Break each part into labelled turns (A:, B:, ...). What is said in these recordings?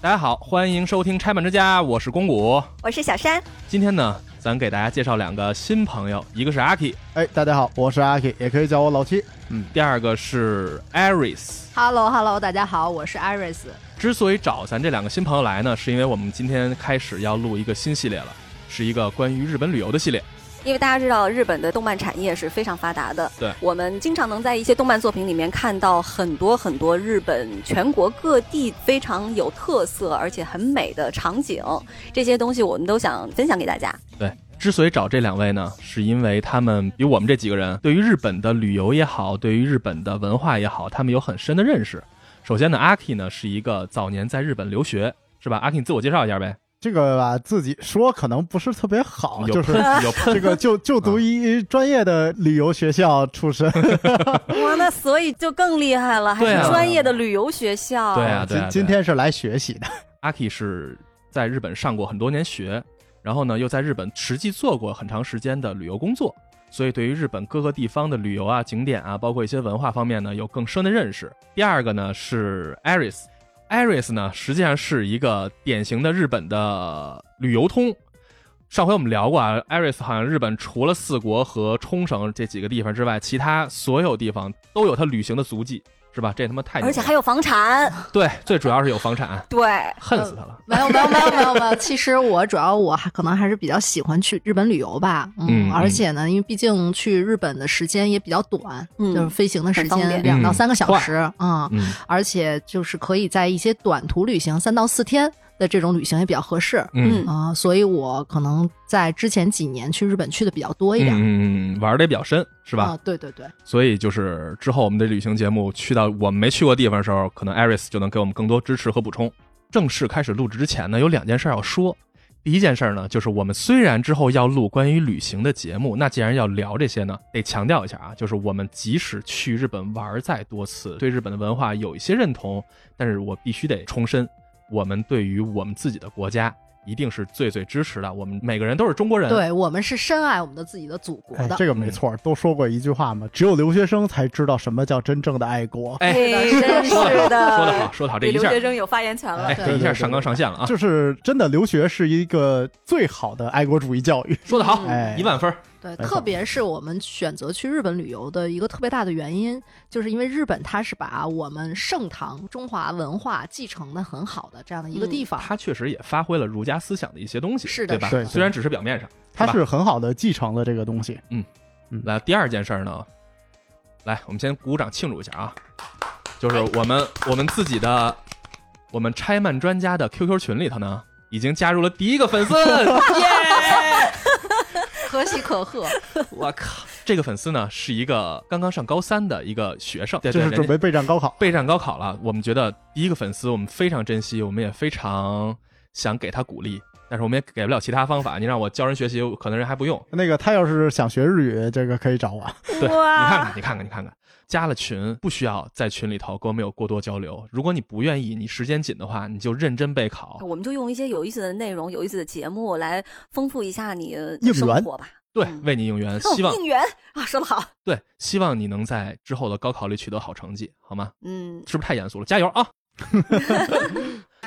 A: 大家好，欢迎收听《拆漫之家》，我是公谷。
B: 我是小山，
A: 今天呢，咱给大家介绍两个新朋友，一个是阿 K，
C: 哎，大家好，我是阿 K，也可以叫我老七。
A: 第二个是 Iris。
D: Hello Hello，大家好，我是 Iris。
A: 之所以找咱这两个新朋友来呢，是因为我们今天开始要录一个新系列了，是一个关于日本旅游的系列。
B: 因为大家知道日本的动漫产业是非常发达的，
A: 对
B: 我们经常能在一些动漫作品里面看到很多很多日本全国各地非常有特色而且很美的场景，这些东西我们都想分享给大家。
A: 对，之所以找这两位呢，是因为他们比我们这几个人对于日本的旅游也好，对于日本的文化也好，他们有很深的认识。首先呢，阿 K 呢是一个早年在日本留学，是吧？阿 K，你自我介绍一下呗。
C: 这个吧，自己说可能不是特别好，
A: 有
C: 啊就
A: 喷
C: 是
A: 有
C: 这
A: 喷，
C: 个就就读一专业的旅游学校出身，
B: 哇，那所以就更厉害了，还
A: 对
B: 是
A: 啊
B: 专业的旅游学 校。
A: 对啊，对
C: 今
A: 啊。
C: 今天是来学习的。
A: 阿 K 是在日本上过很多年学，然后呢又在日本实际做过很长时间的旅游工作，所以对于日本各个地方的旅游啊、景点啊，包括一些文化方面呢，有更深的认识。第二个呢是 Iris。Iris 呢，实际上是一个典型的日本的旅游通。上回我们聊过啊，Iris 好像日本除了四国和冲绳这几个地方之外，其他所有地方都有他旅行的足迹，是吧？这他妈太牛
B: 而
A: 了
B: 且还有嗯房产，
A: 对，最主要是有房产，
B: 对，
A: 恨死他了。
D: 没有没有没有没有没有，其实我主要我还可能还是比较喜欢去日本旅游吧，
A: 嗯
D: 嗯，而且呢，因为毕竟去日本的时间也比较短，
B: 嗯
D: 就是飞行的时
B: 很方
D: 间
B: 便
D: 两到三个小时，嗯，
A: 嗯，
D: 而且就是可以在一些短途旅行，三到四天的这种旅行也比较合适，
B: 嗯
D: 啊、所以我可能在之前几年去日本去的比较多一
A: 嗯
D: 点，
A: 嗯嗯，玩的也比较深，是吧？
D: 啊，对对对，
A: 所以就是之后我们的旅行节目去到我们没去过地方的时候，可能 Iris 就能给我们更多支持和补充。正式开始录制之前呢，有两件事要说。第一件事呢，就是我们虽然之后要录关于旅行的节目，那既然要聊这些呢，得强调一下啊，就是我们即使去日本玩再多
D: 嗯
A: 次，对日本的文化有一些认同，但是我必须得重申，我们对于我们自己的国家一定是最最支持的。我们每个人都是中国人，
D: 对我们是深爱我们的自己的祖国
C: 哎
D: 的，，
C: 这个没错，都说过一句话嘛，只有留学生才知道什么叫真正的爱国。
A: 哎
B: 真
A: 说得好，
B: 是
A: 说得
B: 的
A: 好，，说得好，这
B: 给
A: 一
B: 留
A: 下
B: 学生有发言权了。
A: 哎，
D: 对
A: 这一
C: 对
A: 下
C: 对
A: 上纲上线 了啊，
C: 就是真的，留学是一个最好的爱国主义教 育。
A: 说得好，
C: 哎
A: 嗯一，万分儿。
D: 对，
C: 没
D: 特
C: 错
D: 别是我们选择去日本旅游的一个特别大的原因，就是因为日本它是把我们盛唐中华文化继承的很好的这样的一个地方。
A: 他确实也发挥了儒家思想的一些东西，
D: 是的
A: 对吧？
C: 是的
A: 虽然只是表面上。
C: 它
A: 吧
C: 是很好的继承了这个东西。
A: 来，第二件事儿呢，来，我们先鼓掌庆祝一下啊，就是我们我们自己的我们拆漫专家的 QQ 群里头呢，已经加入了第一个 粉丝，耶！
D: 可喜可贺，
A: 我靠，这个粉丝呢是一个刚刚上高三的一个学生，对
C: 就
A: 对
C: 是
A: 对
C: 准备备战高考，
A: 备战高考了，我们觉得第一个粉丝我们非常珍惜，我们也非常想给他鼓励，但是我们也给不了其他方法。你让我教人学习，可能人还不用。
C: 那个他要是想学日语，这个可以找我。
A: 对，你看
B: 哇
A: 看，你看看，你看看，加了群不需要在群里头跟我们有过多交流。如果你不愿意，你时间紧的话，你就认真备考。
B: 我们就用一些有意思的内容、有意思的节目来丰富一下你的
C: 应
B: 生
C: 援
B: 活吧。
A: 对，
B: 嗯
A: 为你应援，
B: 哦
A: 希望
B: 应援啊，说得好，
A: 对，希望你能在之后的高考里取得好成绩，好吗？
B: 嗯，
A: 是不是太严肃了？加油啊！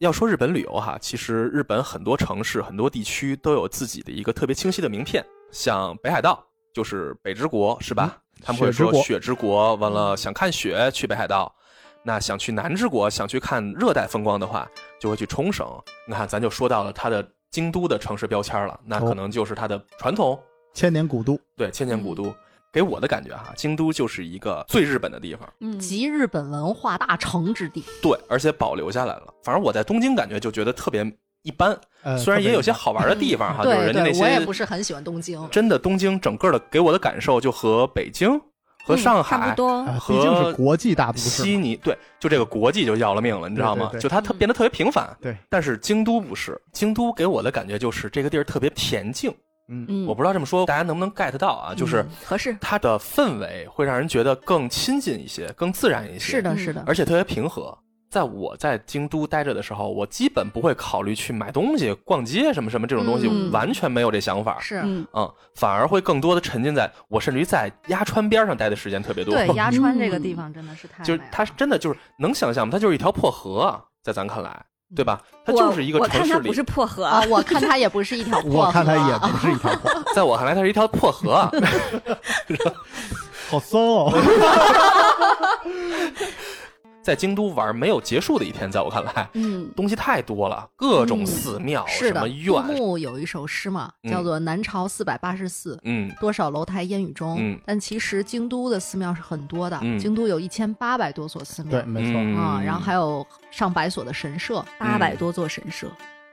A: 要说日本旅游哈，其实日本很多城市、很多地区都有自己的一个特别清晰的名片，像北海道就是北之国，是吧？他们会说嗯雪
C: 雪
A: 之国。完了，想看雪去北海道，那想去南之国，想去看热带风光的话，就会去冲绳。你看，咱就说到了它的京都的城市标签了，那
C: 哦
A: 可能就是它的传统，
C: 千年古都，
A: 对，千年
D: 嗯
A: 古都。给我的感觉哈，京都就是一个最日本的地方，
B: 嗯
D: 集日本文化大成之地。
A: 对，而且保留下来了。反正我在东京感觉就觉得特别一般，
C: 呃，
A: 虽然也有些
C: 特别
A: 好玩的地 方哈，啊就是
D: 对
A: 人家那
D: 对，我也不
A: 些
D: 是很喜欢东京。
A: 真的东京整个的给我的感受就和北京、和
B: 嗯
A: 上
B: 差
A: 海
B: 不、多。
C: 啊，
A: 和
C: 毕竟是国际大都市
A: 悉
C: 嘛，
A: 尼，对，就这个国际就要了命了，你知道吗？
C: 对对对
A: 就它特
D: 嗯
A: 变得特别平凡。
C: 对，
A: 但是京都不是，京都给我的感觉就是这个地儿特别恬静。
C: 嗯，
D: 嗯，
A: 我不知道这么说大家能不能 get 到啊？就是
D: 嗯
B: 合适，
A: 它的氛围会让人觉得更亲近一些，更自然一些。
D: 是的，是的，
A: 而且特别平和。在我在京都待着的时候，我基本不会考虑去买东西、逛街什么什么这种东西，
D: 嗯
A: 完全没有这想法。
D: 是。
B: 嗯，
A: 嗯，反而会更多的沉浸在我甚至于在鸭川边上待的时间特别多。
D: 对，鸭川这个
B: 嗯
D: 地方真的是太美
A: 就是
D: 了
A: 它是真的就是能想象吗？它就是一条破河啊，在咱看来，
D: 嗯
A: 对吧？它就是一个
B: 我我
A: 城
B: 看它
A: 市
B: 不
A: 里，
B: 是破河
D: 啊
B: 啊，，
D: 我看它也不是一条破河，啊
C: 我看它也不是 一条河，
A: 在我看来，它是一条破河啊。
C: 好骚哦！
A: 在京都玩没有结束的一天，在我看来，
B: 嗯，
A: 东西太多了，各种寺庙、
D: 嗯是
A: 什
D: 的
A: 么，
D: 杜
A: 院，
D: 牧有一首诗嘛，
A: 嗯
D: 叫做《南朝四百八十四》。
A: 嗯
D: 多少楼台烟雨中？
A: 嗯
D: 但其实京都的寺庙是很多的，
A: 嗯
D: 京都有一千八百多所寺庙
C: 对，，没错，
A: 嗯
D: 啊、然后还有上百所的神社。
B: 八百多座神社，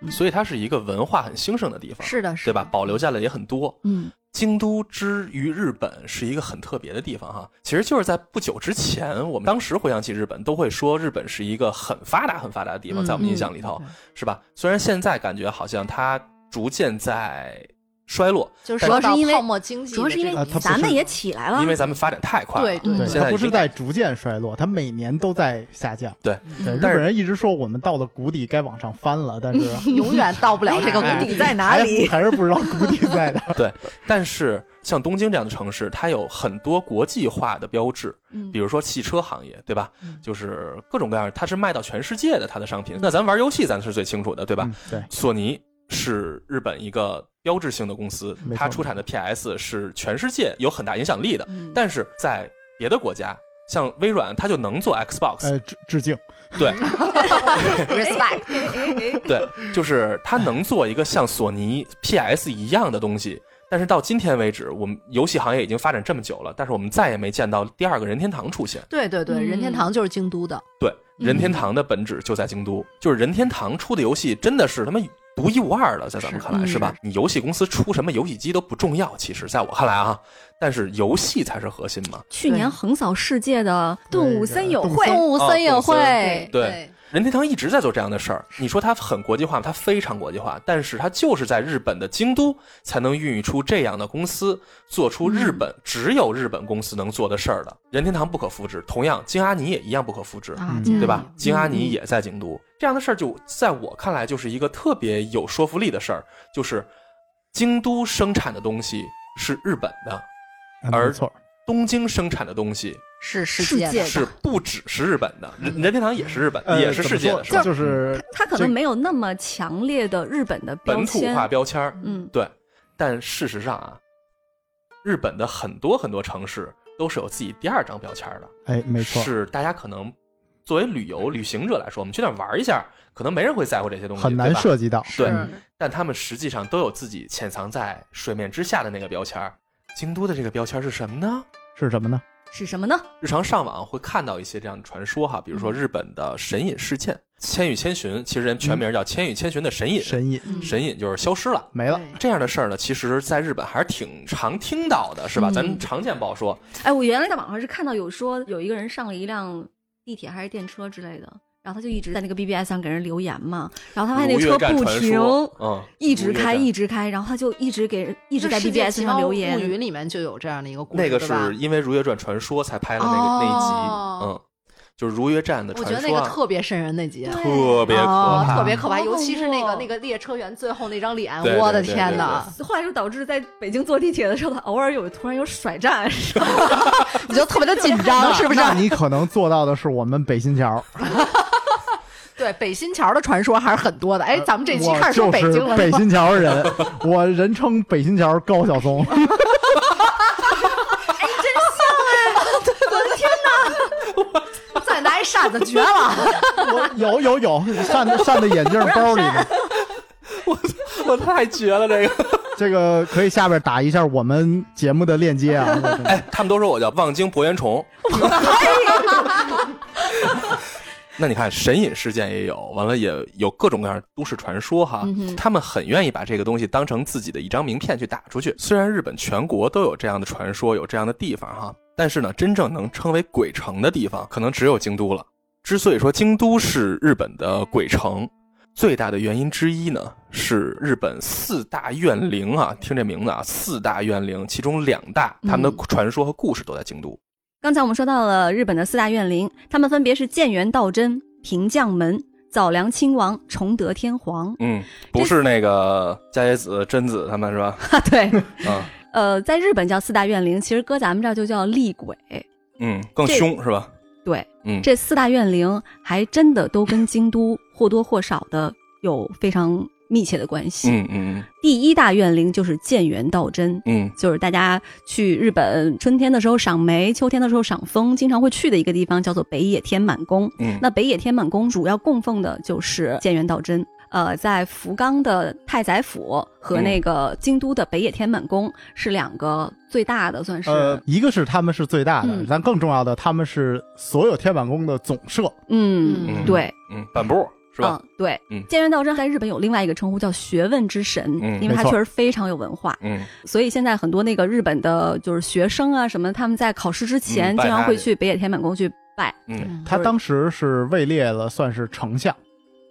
A: 所以它是一个文化很兴盛的地方，
D: 是的，是
A: 嗯对
D: 的
A: 吧？保留下来也很多。
B: 嗯
A: 京都之于日本是一个很特别的地方哈，其实就是在不久之前，我们当时回想起日本，都会说日本是一个很发达、很发达的地方，
D: 嗯
A: 在我们印象里头，
D: 对
A: 是吧？虽然现在感觉好像它逐渐在衰落，
D: 就是
B: 主要
D: 说
B: 是
D: 到
B: 因为
D: 泡沫经济的这
B: 主要
D: 个，
B: 是因为
A: 啊
C: 呃它不是
B: 咱们也起来了，
A: 因为咱们发展太快了，
D: 啊对
B: 嗯
D: 对
C: 对，
A: 现在
C: 它不
A: 已
C: 是
A: 经
C: 在逐渐衰落，它每年都在下降。对，
A: 嗯
C: 日
A: 但
C: 本
A: 是
C: 人一直说我们到了谷底，该往上翻了，但 是
D: 永远到不了这 个
B: 哎
D: 谷底。
B: 在哪
C: 还
B: 里？
C: 还是不知道谷底在哪。
A: 但是像东京这样的城市，它有很多国际化的标志，
B: 嗯
A: 比如说汽车行业，对吧
D: 嗯？
A: 就是各种各样，它是卖到全世界的它的商品。那咱玩游戏，咱是最清楚的，对吧？
C: 嗯 对，
A: 索尼是日本一个标志性的公司
C: 没，错
A: 它出产的 PS 是全世界有很大影响力的，
B: 嗯
A: 但是在别的国家。像微软，它就能做 Xbox，
C: 呃，致致敬，
A: 对
D: respect，
A: 对，就是它能做一个像索尼 PS 一样的东西。但是到今天为止，我们游戏行业已经发展这么久了，但是我们再也没见到第二个任天堂出现。
D: 对对对，
B: 嗯
D: 任天堂就是京都的，
A: 对，任天堂的本质就在京都，就是任天堂出的游戏真的是他妈独一无二的，在咱们看来
B: 嗯
A: 是吧？你游戏公司出什么游戏机都不重要，其实在我看来啊，但是游戏才是核心嘛。
B: 去年横扫世界的动物森友会，
D: 动物森友
A: 哦
D: 会，
A: 对任天堂一直在做这样的事儿，你说它很国际化吗，它非常国际化，但是它就是在日本的京都才能孕育出这样的公司，做出日本、只有日本公司能做的事儿的。任天堂不可复制，同样京阿尼也一样不可复制。
D: 啊
C: 嗯，
A: 对吧？京阿尼
B: 嗯
A: 也在京都，这样的事儿就在我看来就是一个特别有说服力的事儿，就是京都生产的东西是日本的，
C: 嗯
A: 而
C: 没错，
A: 东京生产的东西
D: 是世
B: 世界
D: 界
B: 的
D: 的，
A: 是不只是日本的，任任天堂也是日本，
C: 呃
A: 也是世界
C: 怎
A: 的，
C: 么
A: 是吧
C: 说？ 就是
B: 它可能没有那么强烈的日本的标
A: 本土
B: 签，
A: 化标签儿。
B: 嗯
A: 对，但事实上啊，日本的很多很多城市都是有自己第二张标签儿的，
C: 哎，没错，
A: 是大家可能作为旅游旅行者来说，我们去那儿玩一下，可能没人会在乎这些东西，
C: 很难
A: 对吧
C: 涉及到。
A: 对
D: 是
B: 嗯
A: 但他们实际上都有自己潜藏在水面之下的那个标签儿。京都的这个标签儿是什么呢？
C: 是什么呢？
B: 是什么呢？
A: 日常上网会看到一些这样的传说哈，比如
C: 嗯
A: 说日本的神隐事件，《千与千寻》其实人全名叫《千与千寻》的神隐，
C: 神隐
D: 嗯
A: 神隐就是消失了。
C: 没了，
D: 对
A: 这样的事儿呢，其实在日本还是挺常听到的，是吧？
B: 嗯
A: 咱常见不好说。
B: 哎，我原来在网上是看到有说有一个人上了一辆地铁还是电车之类的，然后他就一直在那个 BBS 上给人留言嘛，然后他发现那
A: 如
B: 车
A: 月战
B: 不
A: 传
B: 停，
A: 说嗯，
B: 一直
A: 如月
B: 开
A: 战
B: 一直开，然后他就一直给人一直在
D: 世界
B: BBS
D: 奇
B: 上
D: 妙
B: 留
D: 物语
B: 言。
D: 里面就有这样的一个故事，
A: 那个
D: 对吧
A: 是因为《如月传传说》才拍了那个、那一集，嗯
D: 哦，
A: 就是如月战的
D: 我
A: 传
D: 觉
A: 说
D: 得
A: 啊、
D: 那个特别瘆人那集。
B: 对
A: 特别可
D: 哦
A: 怕，
D: 特别可怕，
B: 好恐
D: 尤
B: 怖
D: 其是那个那个列车员最后那张脸，
A: 对对
D: 我的
A: 对
D: 天
A: 对
D: 哪！
B: 后来就导致在北京坐地铁的时候，他偶尔有突然有甩站，
D: 你就特别的紧张，是不是？
C: 那你可能做到的是我们北新桥。
D: 对，北新桥的传说还是很多的。哎，
A: 呃
D: 咱们这期开始说
C: 我
D: 北
C: 就是
D: 京了，
C: 北新桥人，我人称北新桥高晓 松。
D: 再拿一扇子绝 了。
C: 我有有有，扇在扇在眼镜包里呢。
A: 我太绝了这个。
C: 这个可以下边打一下我们节目的链接啊。 我真的
A: 哎，他们都说我叫望京博圆虫。那你看神隐事件也有，完了也有各种各样的都市传说哈，他们很愿意把这个东西当成自己的一张名片去打出去。虽然日本全国都有这样的传说，有这样的地方哈，但是呢，真正能称为鬼城的地方，可能只有京都了。之所以说京都是日本的鬼城，最大的原因之一呢，是日本四大怨灵啊，听这名字啊，四大怨灵，其中两大他们的传说和故事都在京都。
B: 刚才我们说到了日本的四大怨灵，他们分别是建元道真、平将门、早良亲王、崇德天皇。
A: 嗯，不是那个伽椰子、贞子他们是吧？
B: 啊，对，
A: 啊，
B: 呃，在日本叫四大怨灵，其实搁咱们这儿就叫厉鬼。
A: 嗯，更
B: 这
A: 凶是吧？
B: 对，
A: 嗯
B: 这四大怨灵还真的都跟京都或多或少的有非常密切的关系。
A: 嗯嗯
B: 第一大怨灵就是建元道真，
A: 嗯
B: 就是大家去日本春天的时候赏梅，秋天的时候赏枫，经常会去的一个地方，叫做北野天满宫。
A: 嗯
B: 那北野天满宫主要供奉的就是建元道真。呃，在福冈的太宰府
A: 嗯
B: 和那个京都的北野天满宫是两个最大的，算是、
C: 呃，一个是他们是最大的，
B: 嗯
C: 但更重要的，他们是所有天板宫的总社。
B: 嗯，
A: 嗯
B: 对，
A: 嗯，半步是吧？
B: 嗯，对，
A: 嗯
B: 建元道真在日本有另外一个称呼叫学问之神，
A: 嗯
B: 因为他
C: 没错
B: 确实非常有文化，
A: 嗯
B: 所以现在很多那个日本的就是学生啊什么，他们在考试之
A: 嗯
B: 前
A: 拜
B: 经
A: 他
B: 常会
A: 去
B: 去北野天满宫去拜。
A: 嗯
C: 他当时是位列了算是丞相，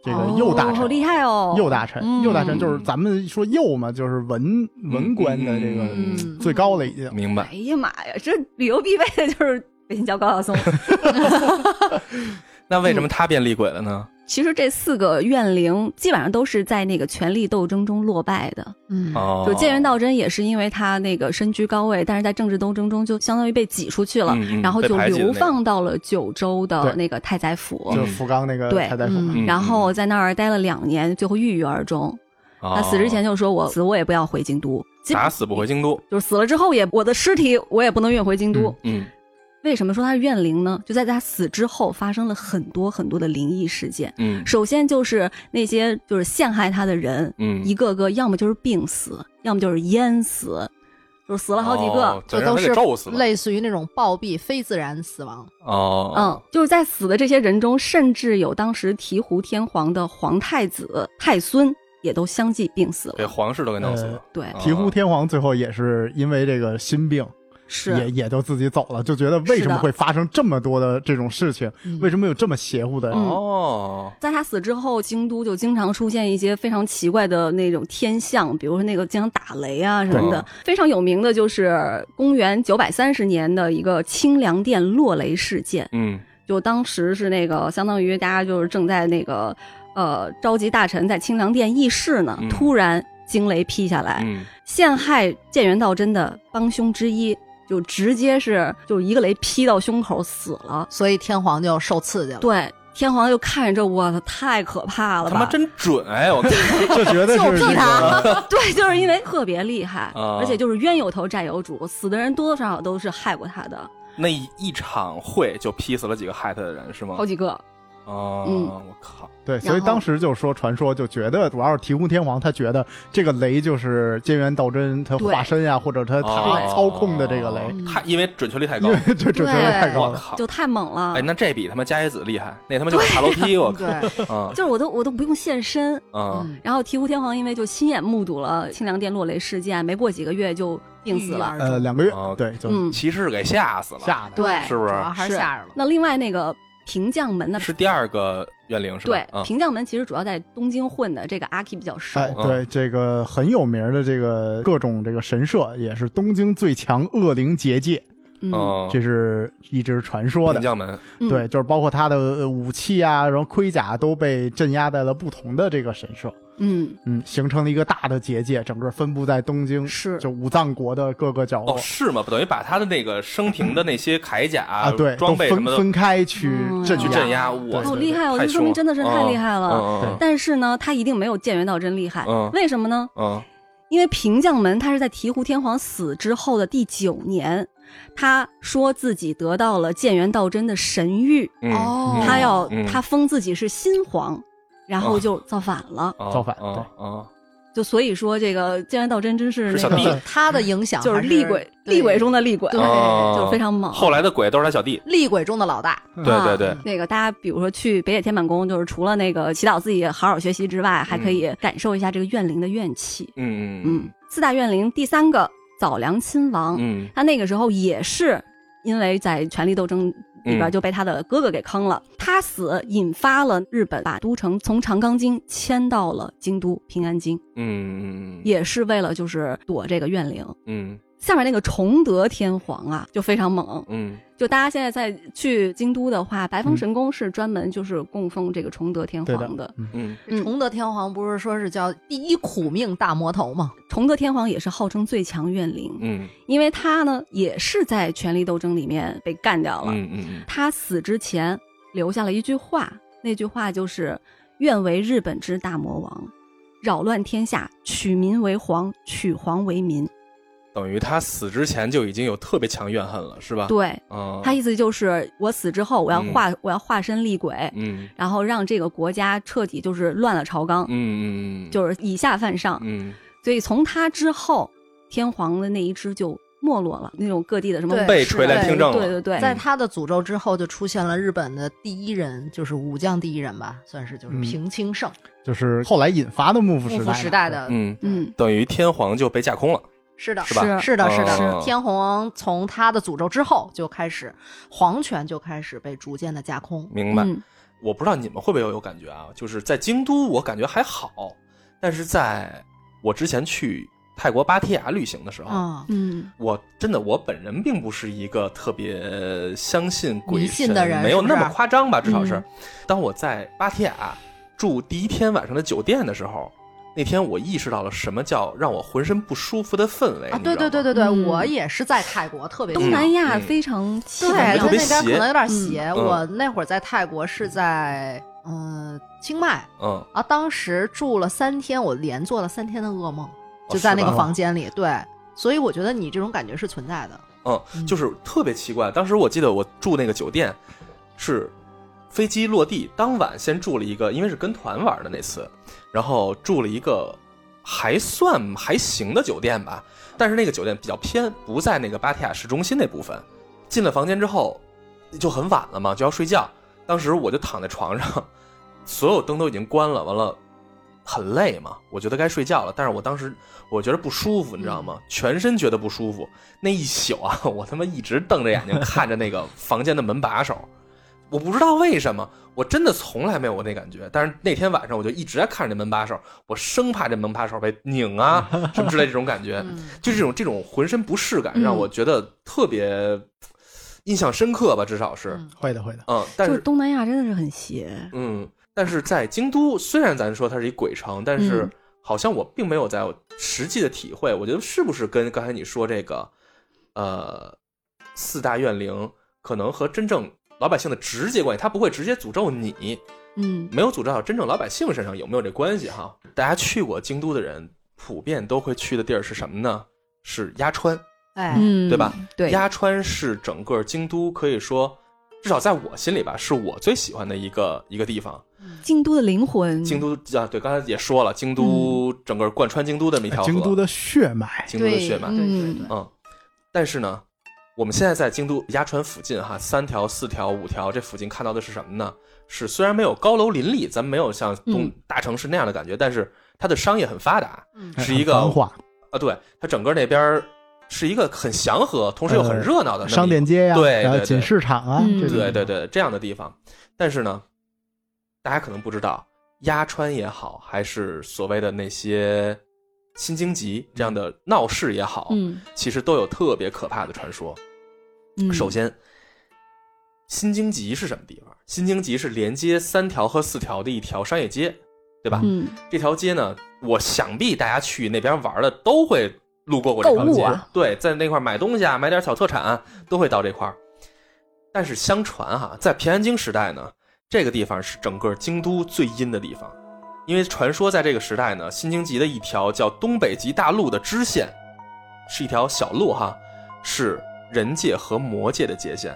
C: 这个右大
B: 哦好
C: 臣，
B: 厉害哦，
C: 右大臣，
B: 嗯
C: 右大臣就是咱们说右嘛，就是文文官的这个
A: 嗯
D: 嗯
C: 最高了已经。
A: 明白。
B: 哎呀妈呀，这旅游必备的就是北京郊 高晓松。
A: 那为
B: 嗯
A: 什么他变厉鬼了呢？
B: 其实这四个怨灵基本上都是在那个权力斗争中落败的，
D: 嗯，
A: 哦，
B: 就建元道真也是因为他那个身居高位，但是在政治斗争中就相当于被挤出去了，
A: 嗯嗯
B: 然后
A: 被
B: 就
A: 排挤的那
B: 流
A: 个
B: 放到了九州的
C: 对
B: 那个太宰府，
C: 就是福冈那个
B: 对
C: 太宰府，
D: 嗯
B: 然后在那儿待了两年，最后郁郁而终。他
A: 他
B: 死之前就说我死我也不要回京都，基本
A: 哦打死不回京都。
B: 就是死了之后也我的尸体我也不能运回京都。
C: 嗯
A: 嗯
B: 为什么说他是怨灵呢？就在他死之后发生了很多很多的灵异事件。
A: 嗯
B: 首先就是那些就是陷害他的人，
A: 嗯，
B: 一个个要么就是病死，要么就是淹死，就是死了好几个。
A: 哦，就
D: 这
A: 让
D: 都
A: 他给
D: 是
A: 咒死了。
D: 类似于那种暴毙、非自然死亡。
A: 哦，
B: 嗯，就是在死的这些人中，甚至有当时醍醐天皇的皇太子、太孙也都相继病死
A: 给
B: 了。
A: 皇室都给弄死了。
B: 对，
A: 哦
C: 醍醐天皇最后也是因为这个心病，也
B: 是，
C: 也就自己走了，就觉得为什么会发生这么多的这种事情，为什么有这么邪乎的？
B: 嗯
A: 哦，
B: 在他死之后，京都就经常出现一些非常奇怪的那种天象，比如说那个经常打雷啊什么的
A: 对。
B: 非常有名的就是公元九百三十年的一个清凉殿落雷事件，
A: 嗯
B: 就当时是那个相当于大家就是正在那个呃召集大臣在清凉殿议事呢
A: 嗯，
B: 突然惊雷劈下来，
A: 嗯，
B: 陷害建元道真的帮凶之一，就直接是就一个雷劈到胸口死了。
D: 所以天皇就受刺激了。
B: 对，天皇就看着这，我操，太可怕了
A: 他
B: 吧！
A: 妈 真准哎！我看
C: 这绝对是
D: 就
C: 这
D: 屁
C: 个
D: 他
B: 对，就是因为特别厉害，
A: 啊
B: 而且就是冤有头债有主，死的人多多少少都是害过他的，
A: 那一场会就劈死了几个害他的人是吗
B: 好？几个。
A: 哦，
B: 嗯
A: 我靠，
C: 对，所以
B: 后
C: 当时就说传说就觉得，主要是醍醐天皇他觉得这个雷就是菅原道真他化身呀、或者他他
A: 哦
C: 操控的这个雷，
D: 嗯
A: 太因为准确率太高
C: 因为。这这觉得太高
A: 我
C: 了。
A: 靠！
B: 就太猛了，
A: 哎，那这比他妈伽椰子厉害，那他妈就是爬楼梯，我靠！
D: 对，
A: 嗯
B: 就是我都我都不用现身。
A: 嗯，
D: 嗯
B: 然后醍醐天皇因为就亲眼目睹了清凉殿落雷事件，没过几个月就病死了。
C: 呃，两个月
A: 哦，
C: 对，就
B: 嗯，
A: 骑士给吓死了，
C: 吓的。
B: 对
A: 是不
D: 主
A: 是
D: 要还是吓着了。
B: 那另外那个平将门呢？
A: 是第二个怨灵是吧？
B: 对，
A: 嗯
B: 平将门其实主要在东京混的，这个阿 K 比较熟。
C: 哎，
A: 嗯
C: 对，这个很有名的这个各种这个神社，也是东京最强恶灵结界，
B: 嗯，
A: 嗯，
C: 这是一直传说
A: 平
C: 的。
A: 将门，
B: 嗯
C: 对，，就是包括他的呃武器啊，然后盔甲都被镇压在了不同的这个神社，
B: 嗯，
C: 嗯，形成了一个大的结界，整个分布在东京，
B: 是
C: 就武藏国的各个角落
A: 哦，是吗？不等于把他的那个生平的那些铠甲
C: 啊，对，
A: 装备
C: 都
A: 什么
C: 分
A: 的
C: 分开去
B: 嗯
C: 镇
A: 去
C: 压。
A: 镇压，
D: 对
A: 我
B: 好厉害哦！这说明真的是太厉害了。
A: 了
B: 但是呢，他一定没有建元道真厉害
A: 哦嗯。
B: 为什么呢？
A: 嗯
B: 因为平将门他是在醍醐天皇死之后的第九年，他说自己得到了建元道真的神谕，
A: 嗯，
D: 哦
B: 他要
A: 嗯哦
B: 他封自己是新皇，然后就造反了。
C: 造反
A: 啊啊！
B: 就所以说，这个建元道真真是
A: 是
B: 那
A: 小
B: 个
A: 弟
D: 嗯对他的影响
B: 就是
D: 还
B: 厉鬼，
D: 对
B: 厉鬼中的厉鬼，
D: 对
A: 哦
B: 就是非常猛。
A: 后来的鬼都是他小弟，
D: 厉鬼中的老大。
A: 对对对，
B: 那个大家比如说去北野天满宫，就是除了那个祈祷自己好好学习之外，还可以感受一下这个怨灵的怨气。
A: 嗯
B: 嗯，四大怨灵第三个早良亲王，
A: 嗯
B: 他那个时候也是因为在权力斗争里边
A: 嗯
B: 就被他的哥哥给坑了，他死引发了日本把都城从长冈京迁到了京都平安京，
A: 嗯嗯
B: 也是为了就是躲这个怨灵。
A: 嗯
B: 下面那个崇德天皇啊，就非常猛。
A: 嗯，
B: 就大家现在在去京都的话，白峰
C: 嗯
B: 神宫是专门就是供奉这个崇德天
C: 对的
B: 皇的。
A: 嗯，
B: 嗯
D: 崇德天皇不是说是叫第一苦命大魔头吗？
B: 崇德天皇也是号称最强怨灵，
A: 嗯，
B: 因为他呢也是在权力斗争里面被干掉了。
A: 嗯嗯
B: 他死之前留下了一句话，那句话就是“愿为日本之大魔王，扰乱天下，取民为皇，取皇为民
A: 嗯，等于他死之前就已经有特别强怨恨了，是”吧？，
B: 对
A: 嗯，
B: 他意思就是，我死之后，我要化，我要化身厉鬼，
A: 嗯，
B: 然后让这个国家彻底就是乱了朝纲，
A: 嗯嗯嗯，
B: 就是以下犯上。
A: 嗯
B: 所以从他之后，天皇的那一支就没落了，那种各地的什么啊
D: 对
A: 被垂
D: 帘听
A: 政了
B: 对对对，
D: 在他的诅咒之后，就出现了日本的第一人，就是武将第一人吧，算是就是
C: 嗯
D: 平清盛
C: 就是后来引发的幕府
D: 幕
C: 时
D: 府
C: 代，
D: 时代，的，
A: 嗯，
B: 嗯，
A: 等于天皇就被架空了，
D: 是的，
A: 是吧？
D: 是的，是的，
A: 嗯
D: 天皇从他的诅咒之后就开始，皇权就开始被逐渐的架空。
A: 明白。
B: 嗯，
A: 我不知道你们会不会有感觉啊，就是在京都，我感觉还好，但是在我之前去泰国芭提雅旅行的时候，
D: 啊，
B: 嗯，
A: 我真的我本人并不是一个特别相信鬼
D: 迷
A: 神
D: 信的人
A: 没有那
D: 是不
A: 么
D: 是
A: 夸张吧，至少是。
B: 嗯
A: 当我在芭提雅住第一天晚上的酒店的时候，那天我意识到了什么叫让我浑身不舒服的氛围
D: 啊，
A: 你
D: 对
A: 知道
D: 对
A: 吗
D: 对对对，
B: 嗯
D: 我也是在泰国特别
B: 东
D: 喜欢
B: 南亚
A: 嗯
B: 非常奇
D: 对，
B: 妙
D: 它
A: 特别
D: 那边
A: 邪
D: 可能有点
B: 嗯
D: 邪。
A: 嗯
D: 我那会儿在泰国是在嗯、呃清迈
A: 嗯，
D: 啊，当时住了三天，我连做了三天的噩梦，就在那
A: 哦是
D: 个
A: 吧
D: 房间里。对，所以我觉得你这种感觉是存在的。
A: 嗯，就是特别奇怪。当时我记得我住那个酒店是飞机落地当晚先住了一个，因为是跟团玩的那次，然后住了一个还算还行的酒店吧，但是那个酒店比较偏，不在那个芭提雅市中心那部分。进了房间之后就很晚了嘛，就要睡觉。当时我就躺在床上， 所有灯都已经关了，完了。很累嘛，我觉得该睡觉了，但是我当时我觉得不舒服，你知道吗？全身觉得不舒服，那一宿啊， 我他妈一直瞪着眼睛看着那个房间的门把手，我不知道为什么，我真的从来没有过那感觉。但是那天晚上我就一直在看着那门把手，我生怕这门把手被拧啊什么之类这种感觉，
D: 嗯，
A: 就这种这种浑身不适感，
B: 嗯
A: 让我觉得特别印象深刻吧，至少是，
D: 嗯
C: 会的会的，
A: 嗯，但
B: 就是
A: 是
B: 东南亚真的是很邪，
A: 嗯，但是在京都，虽然咱说它是一鬼城，但是
B: 嗯
A: 好像我并没有在我实际的体会，我觉得是不是跟刚才你说这个，呃，四大怨灵可能和真正老百姓的直接关系，他不会直接诅咒你，
B: 嗯
A: 没有诅咒到真正老百姓身上有没有这关系哈？大家去过京都的人，普遍都会去的地儿是什么呢？是鸭川。
D: 哎，
B: 嗯，
A: 对吧？
B: 对，
A: 鸭川是整个京都可以说，至少在我心里吧，是我最喜欢的一个一个地方。
B: 京都的灵魂，
A: 京都啊，对，刚才也说了，京都、
B: 嗯
A: 整个贯穿京都的这么一条河，
C: 京都的血脉，
A: 京都的血
D: 对
A: 脉，
D: 对对对，
A: 嗯。但是呢，我们现在在京都鸭川附近哈，三条、四条、五条这附近看到的是什么呢？是虽然没有高楼林立，咱们没有像东
B: 嗯
A: 大城市那样的感觉，但是它的商业很发达
D: 嗯
A: 是一个
C: 很繁华
A: 啊。对，它整个那边儿是一个很祥和，同时又很
C: 呃
A: 热闹的那么一个
C: 商店街呀，
A: 对
C: 然后
A: 对
C: 锦
A: 对
C: 市场啊，
B: 嗯
C: 这种
A: 对对，对，这样的地方。但是呢，大家可能不知道，鸭川也好，还是所谓的那些新荆棘这样的闹市也好，
B: 嗯，
A: 其实都有特别可怕的传说。
B: 嗯，
A: 首先，新荆棘是什么地方？新荆棘是连接三条和四条的一条商业街，对吧？
B: 嗯，
A: 这条街呢，我想必大家去那边玩的都会路过过这条
B: 购物
A: 街，
B: 啊
A: 对，在那块买东西啊，买点小特产、啊、都会到这块儿。但是相传哈、在平安京时代呢，这个地方是整个京都最阴的地方，因为传说在这个时代呢，新荆棘的一条叫东北极大陆的支线，是一条小路哈，是人界和魔界的界限。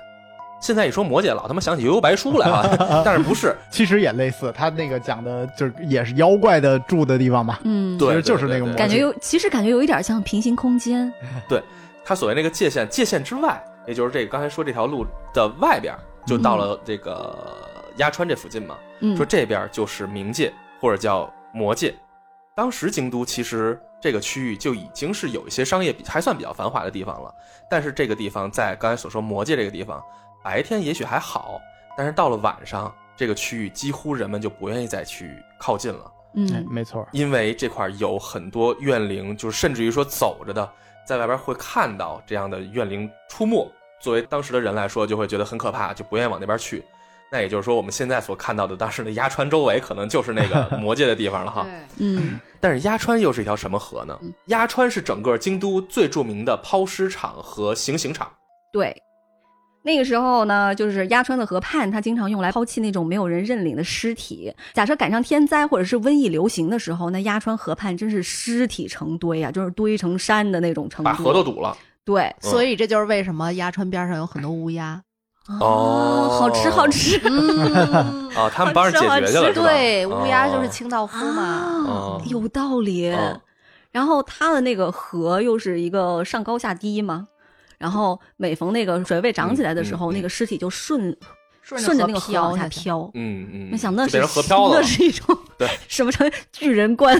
A: 现在一说魔界，老他妈想起悠悠白书来 哈，但是不是？
C: 其实也类似，他那个讲的就是也是妖怪的住的地方嘛，
B: 嗯，
A: 对，
C: 其实就是
A: 对
C: 那个
A: 对对
B: 感觉有，其实感觉有一点像平行空间，
A: 哎它所谓那个界限，界限之外，也就是这个刚才说这条路的外边儿，就到了这个鸭川这附近嘛。
B: 嗯，
A: 说这边儿就是冥界或者叫魔界。当时京都其实这个区域就已经是有一些商业比还算比较繁华的地方了，但是这个地方在刚才所说魔界这个地方，白天也许还好，但是到了晚上，这个区域几乎人们就不愿意再去靠近了。
C: 哎
D: 嗯，
C: 没错儿，
A: 因为这块儿有很多怨灵，就是甚至于说走着的，在外边会看到这样的怨灵出没。作为当时的人来说，就会觉得很可怕，就不愿意往那边去。那也就是说，我们现在所看到的当时的鸭川周围，可能就是那个魔界的地方了哈。
D: 对，
B: 嗯，
A: 但是鸭川又是一条什么河呢
B: 嗯？
A: 鸭川是整个京都最著名的抛尸场和行刑场。
B: 对。那个时候呢，就是鸭川的河畔，它经常用来抛弃那种没有人认领的尸体。假设赶上天灾或者是瘟疫流行的时候，那鸭川河畔真是尸体成堆啊，就是堆成山的那种
D: 嗯
B: 成堆。
A: 把河都堵了。
B: 对，
D: 所以这就是为什么鸭川边上有很多乌鸦。
A: 哦
B: 啊好吃好 吃。
D: 嗯，
A: 啊，他们帮着解决 去了，是吧
D: 对，乌鸦就是
A: 哦
D: 清道夫嘛。
A: 哦
B: 啊有道理。
A: 哦
B: 然后它的那个河又是一个上高下低嘛，然后每逢那个水位涨起来的时
A: 嗯
B: 候，
A: 嗯嗯
B: 那个尸体就顺
D: 顺
B: 顺着那个河往下
D: 去，
B: 飘。
A: 嗯嗯，
B: 没想到
A: 就变
B: 是
A: 成河漂了
B: 那。是一种
A: 对
B: 什么成巨人观？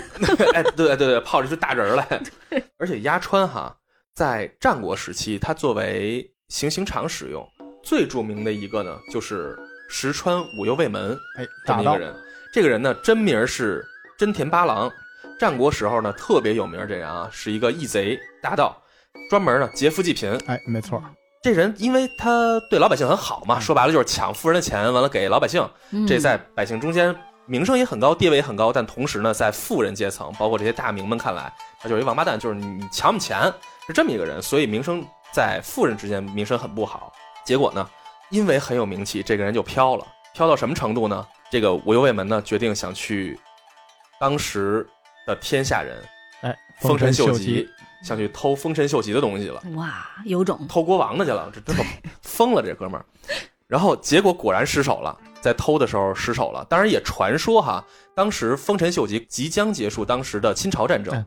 A: 哎，对对对，泡着就大人儿来。而且鸭川哈，在战国时期，它作为行刑场使用，最著名的一个呢，就是石川五右卫门
C: 哎，
A: 这
C: 打
A: 么一
C: 到
A: 个人。这个人呢，真名儿是真田八郎，战国时候呢特别有名儿。这人啊，是一个义贼大盗，专门呢劫富济贫。
C: 哎，没错
D: 嗯
C: 儿，
A: 这人因为他对老百姓很好嘛，
C: 嗯
A: 说白了就是抢富人的钱，完了给老百姓，
B: 嗯
A: 这在百姓中间名声也很高，地位也很高，但同时呢，在富人阶层，包括这些大名们看来，他就是一王八蛋，就是你抢我们钱，是这么一个人，所以名声在富人之间名声很不好。结果呢，因为很有名气，这个人就飘了，飘到什么程度呢？这个武右卫门呢，决定想去当时的天下人
C: 哎，
A: 丰臣秀吉
C: 吉，，
A: 想去偷丰臣秀吉的东西了。
B: 嗯哇，有种！
A: 偷国王的去了，这这都疯了这哥们儿。然后结果果然失手了，在偷的时候失手了。当然也传说哈，当时丰臣秀吉即将结束当时的侵朝战争
C: 哎，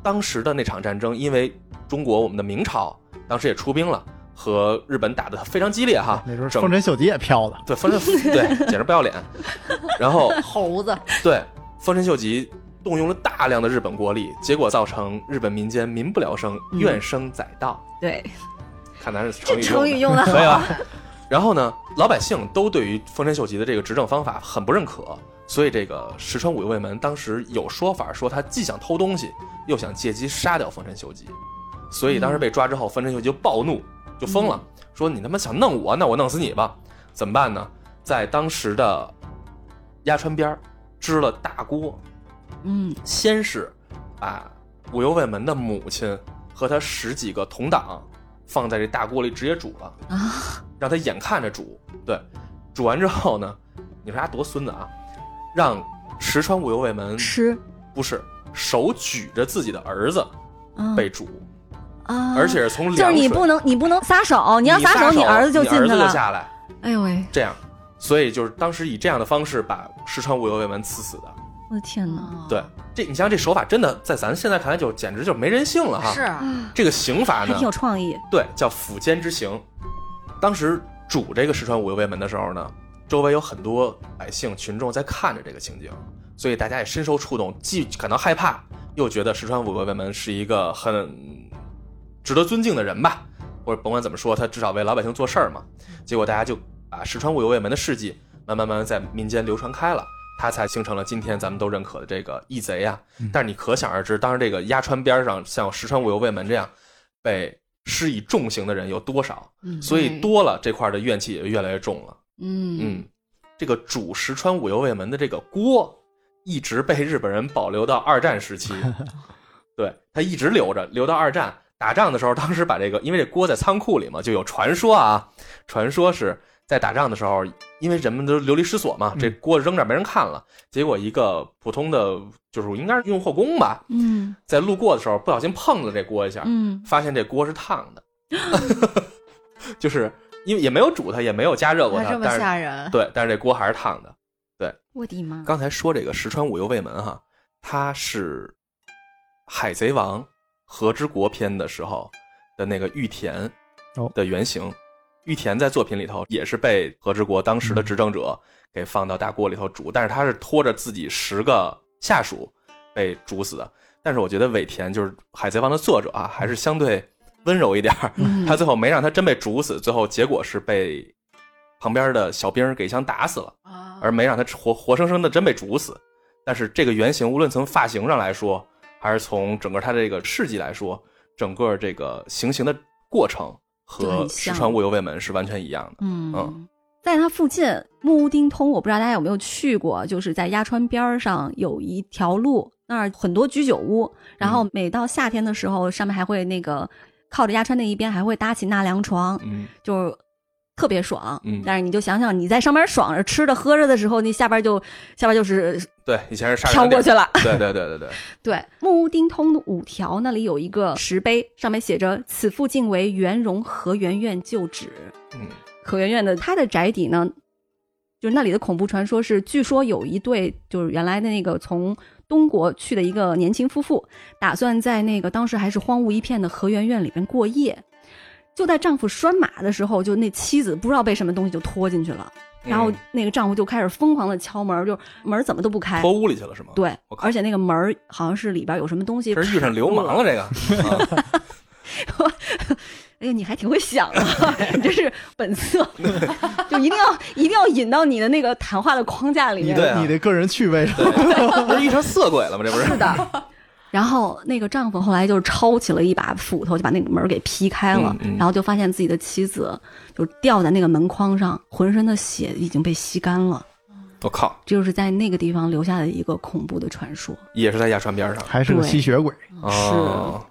A: 当时的那场战争，因为中国我们的明朝当时也出兵了，和日本打得非常激烈哈。
C: 那时候
A: 啊整
C: 丰臣秀吉也飘了，
A: 对丰臣对简直不要脸。然后
D: 猴子，
A: 对，丰臣秀吉动用了大量的日本国力，结果造成日本民间民不聊生，
B: 嗯
A: 怨声载道。
B: 对，
A: 看来是成
B: 这
A: 语
B: 成
A: 用的
B: 语 用的
A: 可以啊。然后呢，老百姓都对于丰臣秀吉的这个执政方法很不认可，所以这个石川五右卫门当时有说法说他既想偷东西，又想借机杀掉丰臣秀吉，所以当时被抓之后，丰臣秀吉就暴怒，就疯
B: 嗯
A: 了，说你他妈想弄我，那我弄死你吧！怎么办呢？在当时的鸭川边儿支了大锅，
B: 嗯，
A: 先是把武右卫门的母亲和他十几个同党放在这大锅里直接煮了
B: 啊，
A: 让他眼看着煮。对，煮完之后呢，你说他多孙子啊，让石川武右卫门
B: 吃，
A: 不是手举着自己的儿子
B: 嗯
A: 被煮，
B: 啊，
A: 而且是从
B: 就是
A: 凉
B: 你
A: 水
B: 不能，你不能撒手，你要撒
A: 手，
B: 你
A: 你
B: 儿子就进
A: 儿
B: 去
A: 子就
B: 了。
A: 下来，
B: 哎呦喂，
A: 这样。所以就是当时以这样的方式把石川武右卫门刺死的，
B: 我的天哪！
D: 嗯
A: 对，啊这你想想这手法真的在咱现在看来就简直就没人性了哈。
D: 是
B: 啊
A: 这个刑罚
B: 还
A: 呢
B: 挺，有创意，
A: 对，叫府监之刑。当时主这个石川五右卫门的时候呢，周围有很多百姓群众在看着这个情景，所以大家也深受触动，既感到害怕，又觉得石川五右卫门是一个很值得尊敬的人吧，或者甭管怎么说，他至少为老百姓做事儿嘛。结果大家就把石川五右卫门的事迹慢慢慢慢在民间流传开了。他才形成了今天咱们都认可的这个义贼啊，但是你可想而知，当时这个鸭川边上像石川五右卫门这样被施以重刑的人有多少，
D: 嗯
A: 所以多了这块的怨气也越来越重了。
B: 嗯
A: 嗯，这个主石川五右卫门的这个锅，一直被日本人保留到二战时期，对他一直留着，留到二战打仗的时候，当时把这个，因为这锅在仓库里嘛，就有传说啊，传说是在打仗的时候，因为人们都流离失所嘛，这锅扔这儿没人看了，结果一个普通的就是应该是运货工吧，
B: 嗯
A: 在路过的时候不小心碰了这锅一下，
B: 嗯，
A: 发现这锅是烫的， 就是因为也没有煮它，也没有加热过
D: 还
A: 它
D: 这，么
A: 嗯但是
D: 吓人，
A: 对，但是这锅还是烫的。
B: 我的妈！
A: 刚才说这个石川五右卫门哈，他是《海贼王》和之国篇的时候的那个玉田
C: 哦
A: 的原型。玉田在作品里头也是被和之国当时的执政者给放到大锅里头煮，但是他是拖着自己十个下属被煮死的。但是我觉得尾田就是《海贼王》的作者啊，还是相对温柔一点儿，
B: 嗯
A: 他最后没让他真被煮死，最后结果是被旁边的小兵儿给一枪打死了。
D: 啊
A: 而没让他活活生生的真被煮死。但是这个原型无论从发型上来说，还是从整个它这个事迹来说，整个这个行刑的过程
B: 就
A: 和
B: 很
A: 石
B: 像
A: 川物游卫门是完全一样的。
B: 嗯
A: 嗯，
B: 在它附近木屋町通，我不知道大家有没有去过，就是在鸭川边儿上有一条路，那儿很多居酒屋，然
A: 嗯
B: 后每到夏天的时候，上面还会那个靠着鸭川那一边还会搭起纳凉床，
A: 嗯，
B: 就是。特别爽，
A: 嗯
B: 但是你就想想，你在上面爽着吃着喝着的时候，那下边就下边就是
A: 对，以前是杀人
B: 飘过
A: 点
B: 去了。
A: 对对对对对，
B: 对，木屋町通的五条那里有一个石碑，上面写着“此附近为圆融和圆院旧址”。
A: 嗯，
B: 可圆圆的她的宅邸呢，就是那里的恐怖传说是，据说有一对就是原来的那个从东国去的一个年轻夫妇，打算在那个当时还是荒芜一片的和圆院里面过夜。就在丈夫拴马的时候，就那妻子不知道被什么东西就拖进去了，然后
A: 嗯
B: 那个丈夫就开始疯狂的敲门，就门怎么都不开，
A: 拖屋里去了是吗？，
B: 对
A: 我，靠
B: 而且那个门儿好像是里边有什么东西。
A: 这是遇上流氓了，。这个。啊
B: 哎呀，你还挺会想啊， 你这是 本色，就一定要一定要引到你的那个谈话的框架里
C: 你
B: 面。
A: 对
C: 的、
A: 啊
C: 你的个人趣味上，
A: 不是遇上色鬼了吗？这不是？
B: 是的。然后那个丈夫后来就抄起了一把斧头，就把那个门给劈开了，
A: 嗯嗯
B: 然后就发现自己的妻子就掉在那个门框上，浑身的血已经被吸干了。
A: 我靠，
B: 这就是在那个地方留下的一个恐怖的传说。
A: 也是在亚川边上。
C: 还是个
B: 对
C: 吸血鬼。
B: 嗯
A: 哦，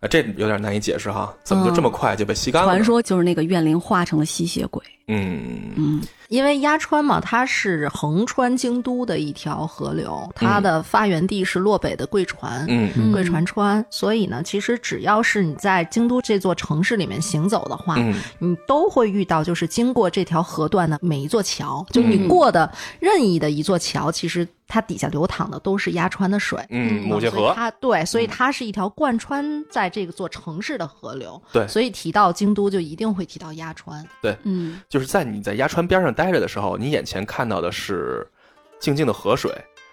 A: 啊，这有点难以解释哈，怎么就这么快就被吸干了？
B: 嗯传，说就是那个怨灵化成了吸血鬼。
A: 嗯，
B: 嗯，
D: 因为鸭川嘛，它是横穿京都的一条河流，它的发源地是洛北的贵船。
A: 嗯
B: 嗯
D: 贵船川，所以呢，其实只要是你在京都这座城市里面行走的话，
A: 嗯
D: 你都会遇到，就是经过这条河段的每一座桥，就你
B: 嗯
D: 过的任意的一座桥，其实它底下流淌的都是鸭川的水。
A: 嗯，
D: 嗯
A: 母亲
D: 所以
A: 河，嗯
D: 它对，所以它是一条贯穿在这个座城市的河流。
A: 对
D: 所以提到京都就一定会提到鸭川。
B: 嗯，
A: 就是在你在鸭川边上待着的时候，你眼前看到的是静静的河水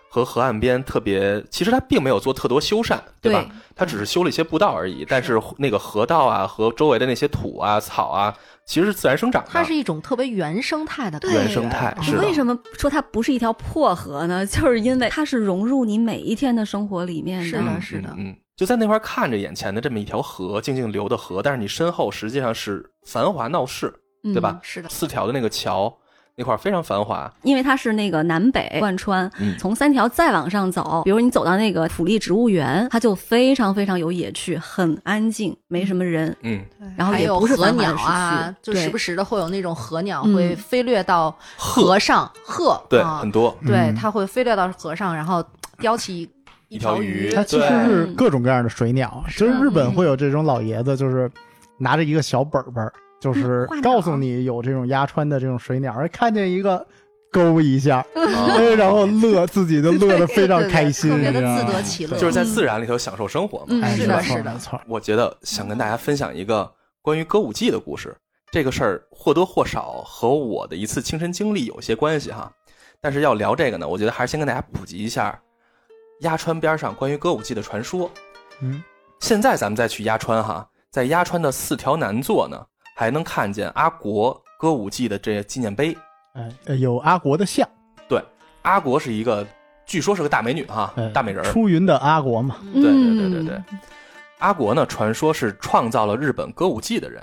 A: 和河岸边特别，其实它并没有做特多修缮，对吧？它只
D: 嗯
A: 是修了一些步道而已，但是那个河道啊和周围的那些土啊、草啊，其实是自然生长的。
D: 它是一种特别原生态的感觉
A: 原生态，
B: 你
A: 是的。
B: 为什么说它不是一条破河呢？ 就是因为它是融入你每一天的生活里面的。
D: 是的
A: 嗯
D: 是的
A: 嗯，嗯就在那块儿看着眼前的这么一条河，静静流的河，但是你身后实际上是繁华闹市，
B: 嗯
A: 对吧？
D: 是的，
A: 四条的那个桥那块儿非常繁华，
B: 因为它是那个南北贯穿，
A: 嗯
B: 从三条再往上走，比如你走到那个普利植物园，它就非常非常有野趣，很安静，没什么人。
A: 嗯，
B: 然后
D: 还
B: 也
D: 有
B: 不是
D: 河
B: 繁华的
D: 鸟
B: 市
D: 啊
B: 区，
D: 就
B: 对
D: 时不时的会有那种河鸟
B: 嗯
D: 会飞掠到河上，鹤
A: 对，
D: 啊
A: 很多，
D: 对，
C: 嗯
D: 它会飞掠到河上，然后叼起
A: 一条鱼
D: 鱼，
A: 它
C: 它其实是
B: 对
C: 各种各样的水鸟，啊就是
D: 啊
C: 日本
D: 嗯
C: 会有这种老爷子，就是拿着一个小本本儿，
D: 嗯
C: 就是
B: 画鸟
C: 告诉你有这种鸭川的这种水鸟，哎看见一个勾一下， 哎，
A: 啊
C: 然后乐自己就乐得非常开心，
D: 对对对
C: 你知道吗
D: 特别地自得其乐
A: 就是在自然里头享受生活嘛。
B: 嗯
C: 哎
B: 是
C: 没
B: 的
C: 错
D: 是的
C: 没错，
A: 我觉得想跟大家分享一个关于歌舞伎的故事，这个事儿或多或少和我的一次亲身经历有些关系哈。但是要聊这个呢，我觉得还是先跟大家普及一下鸭川边上关于歌舞伎的传说。
C: 嗯，
A: 现在咱们再去鸭川哈，在鸭川的四条南座呢，还能看见阿国歌舞伎的这纪念碑。
C: 哎，呃有阿国的像，
A: 阿国是一个，据说是个大美女哈
C: 哎，
A: 大美人儿。
C: 出云的阿国嘛，
A: 对
B: 嗯
A: 对对对对，阿国呢，传说是创造了日本歌舞伎的人。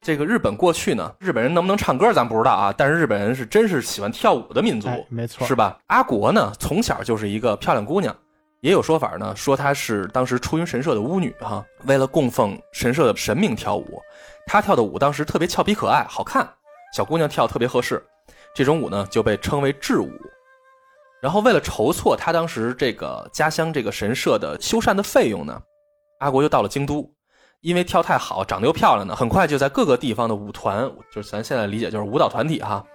A: 这个日本过去呢，日本人能不能唱歌咱不知道啊，但是日本人是真是喜欢跳舞的民族。
C: 哎，没
A: 嗯
C: 错，
A: 是吧？阿国呢，从小就是一个漂亮姑娘，也有说法呢，说她是当时出云神社的巫女哈，为了供奉神社的神明跳舞，她跳的舞当时特别俏皮可爱，好看，小姑娘跳特别合适，这种舞呢就被称为智舞。然后为了筹措她当时这个家乡这个神社的修缮的费用呢，阿国就到了京都。因为跳太好，长得又漂亮呢，很快就在各个地方的舞团，就是咱现在理解就是舞蹈团体哈，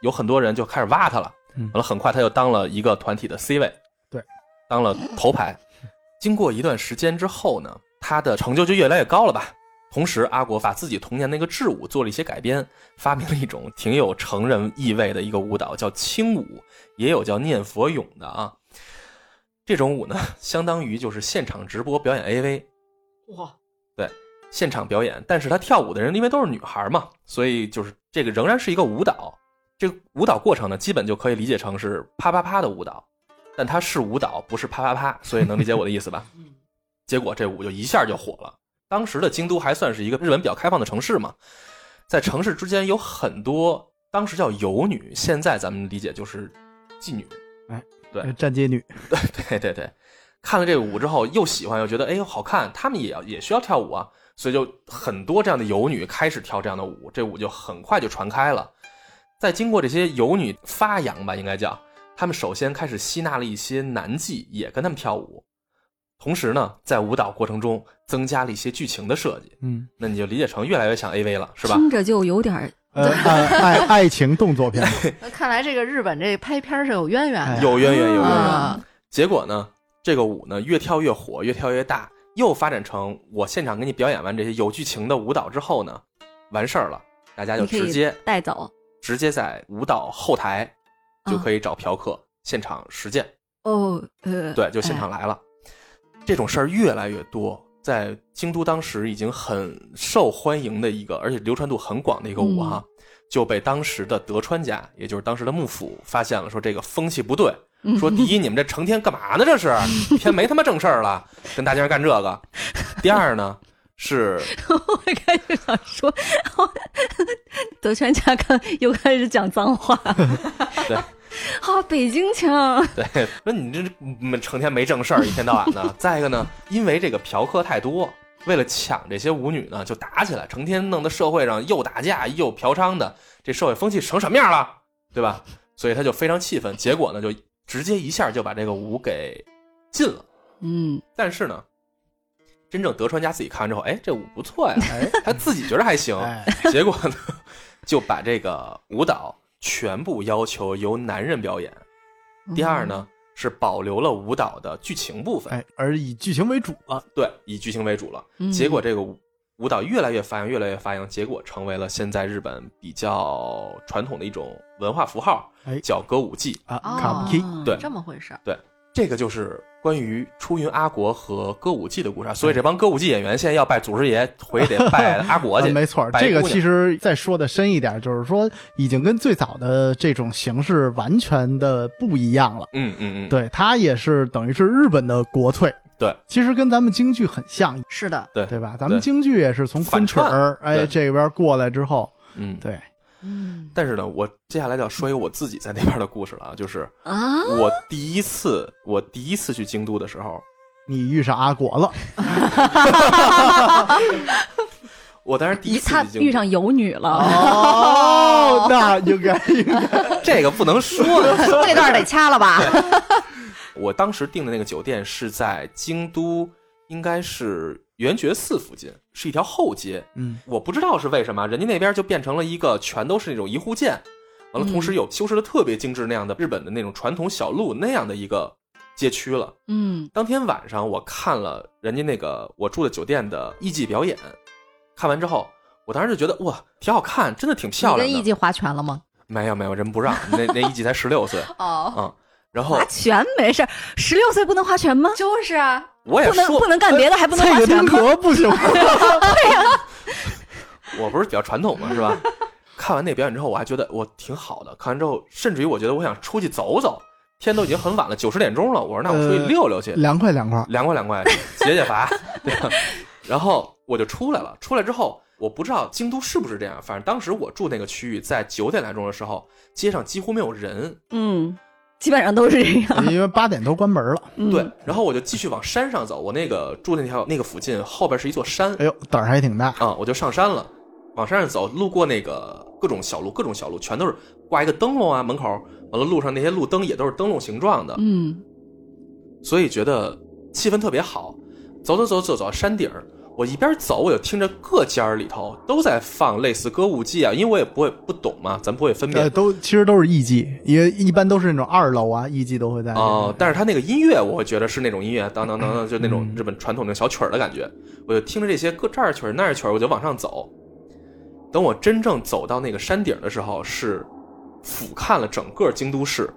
A: 有很多人就开始挖她了。完了，很快他就当了一个团体的 C 位，
C: 对，
A: 当了头牌。经过一段时间之后呢，他的成就就越来越高了吧。同时，阿国把自己童年那个志舞做了一些改编，发明了一种挺有成人意味的一个舞蹈，叫轻舞，也有叫念佛咏的啊。这种舞呢， 相当于就是现场直播表演 AV，
D: 哇，
A: 现场表演，但是他跳舞的人因为都是女孩嘛，所以就是这个仍然是一个舞蹈。这个舞蹈过程呢，基本就可以理解成是啪啪啪的舞蹈。但它是舞蹈，不是啪啪啪，所以能理解我的意思吧？ 结果这舞就一下就火了。当时的京都还算是一个日本比较开放的城市嘛，在城市之间有很多，当时叫游女，现在咱们理解就是妓女。对
C: 站街女，
A: 对对对，看了这个舞之后又喜欢，又觉得哎呦好看，他们也要也需要跳舞啊，所以就很多这样的游女开始跳这样的舞，这舞就很快就传开了。在经过这些游女发扬吧，应该叫他们首先开始吸纳了一些男妓，也跟他们跳舞，同时呢，在舞蹈过程中增加了一些剧情的设计，
C: 嗯，
A: 那你就理解成越来越像 AV 了，是吧？
B: 听着就有点儿
C: 呃，爱爱爱情动作片，
D: 那看来这个日本这拍片儿是有渊源的，
A: 有渊源，哎有渊源。
D: 啊
A: 结果呢，这个舞呢越跳越火，越跳越大，又发展成我现场给你表演完这些有剧情的舞蹈之后呢，完事儿了，大家就
B: 你可
A: 直
B: 以
A: 接
B: 带走。
A: 直接在舞蹈后台就可以找嫖客、现场实践，
B: 哦，呃，
A: 对，就现场来了。这种事儿越来越多，在京都当时已经很受欢迎的一个，而且流传度很广的一个舞哈、就被当时的德川家，也就是当时的幕府发现了，说这个风气不对，
B: 嗯
A: 说第一，你们这成天干嘛呢？这是天没他妈正事儿了，跟大街上干这个。第二呢，是
B: 我开始想说， 德川家看又开始讲脏话，
A: 对
B: 好北京腔，
A: 对， 那你这你们成天没正事儿，一天到晚的。再一个呢，因为这个嫖客太多，为了抢这些舞女呢，就打起来，成天弄得社会上又打架又嫖娼的，这社会风气成什么样了，对吧？所以他就非常气愤，结果呢，就直接一下就把这个舞给禁了。
B: 嗯，
A: 但是呢，真正德川家自己看完之后，哎，这舞不错呀，他自己觉得还行。
C: 哎，
A: 结果呢，就把这个舞蹈全部要求由男人表演。第二呢，是保留了舞蹈的剧情部分，
C: 哎，而以剧情为主了，
A: 对，以剧情为主了。
B: 嗯，
A: 结果这个舞舞蹈越来越发扬，越来越发扬，结果成为了现在日本比较传统的一种文化符号
C: 哎，
A: 叫歌舞伎。
C: 啊，
D: 哦
C: 卡布奇，
A: 对
D: 这么回事儿。
A: 这个就是关于出云阿国和歌舞伎的故事啊。所以这帮歌舞伎演员现在要拜祖师爷，回去得拜阿国
C: 啊
A: 去。
C: 没错儿，
A: 白
C: 这个
A: 姑娘
C: 其实再说的深一点，就是说已经跟最早的这种形式完全的不一样了。
A: 嗯嗯嗯，
C: 对，它也是等于是日本的国粹。
A: 对，
C: 其实跟咱们京剧很像，
D: 是的，
C: 对吧？咱们
A: 对
C: 京剧也是从昆曲
A: 反串
C: 儿哎
A: 对
C: 这边过来之后，
A: 嗯。
C: 对，
D: 嗯，
A: 但是呢，我接下来就要说一个我自己在那边的故事了啊，就是
B: 啊，
A: 我第一次，我第一次去京都的时候，
C: 你遇上阿国了，
A: 我当时第
B: 一
A: 一次
B: 他
A: 去京都
B: 遇上游女
C: 啊
B: 了，
C: 哦， 那应该应该
A: 这个不能说的。
D: 这段得掐了吧？
A: 我当时订的那个酒店是在京都，应该是圆觉寺附近，是一条后街。
C: 嗯，
A: 我不知道是为什么，人家那边就变成了一个全都是那种一户建，完了同时有修饰的特别精致那样的日本的那种传统小路那样的一个街区了。
B: 嗯，
A: 当天晚上我看了人家那个我住的酒店的艺伎表演，看完之后，我当时就觉得哇，挺好看，真的挺漂
D: 你
A: 亮
D: 跟艺
A: 的。
D: 伎划拳了吗？
A: 没有没有，人不让，那那艺伎才十六岁啊、
D: 哦，
A: 嗯然后
B: 划拳没事儿，十六岁不能划拳吗？
D: 就是啊，
A: 我也
B: 不能
A: 哎说
B: 不，能干别的，还不能
C: 这
B: 划
C: 个
B: 拳
C: 丁
B: 吗？
C: 格不行吗，
A: 我不是比较传统嘛，是吧？看完那表演之后，我还觉得我挺好的。看完之后，甚至于我觉得我想出去走走，天都已经很晚了，九十点钟了。我说那我出去
C: 呃
A: 溜溜去，
C: 凉快凉快，
A: 凉快凉快，解解乏，对吧？然后我就出来了。出来之后，我不知道京都是不是这样，反正当时我住那个区域，在九点来钟的时候，街上几乎没有人。
B: 嗯，基本上都是这样。
C: 因为八点都关门了。
B: 嗯
A: 对，，然后我就继续往山上走。我那个住那条那个附近后边是一座山，
C: 哎呦，胆儿还挺大，
A: 啊，我就上山了，往山上走，路过那个各种小路，各种小路全都是挂一个灯笼啊，门口完了路上那些路灯也都是灯笼形状的，
B: 嗯，
A: 所以觉得气氛特别好。走走走走走到山顶儿，我一边走我就听着各家儿里头都在放类似歌舞伎啊，因为我也不会不懂嘛，咱不会分
C: 呃，
A: 辨。
C: 都其实都是艺伎，也一般都是那种二楼啊，艺伎都会在那
A: 哦、
C: 种
A: 但是他那个音乐，我会觉得是那种音乐，当当当当，就那种日本传统那种小曲儿的感觉。我就听着这些各这儿曲儿那儿曲儿，我就往上走。等我真正走到那个山顶的时候，是俯瞰了整个京都市。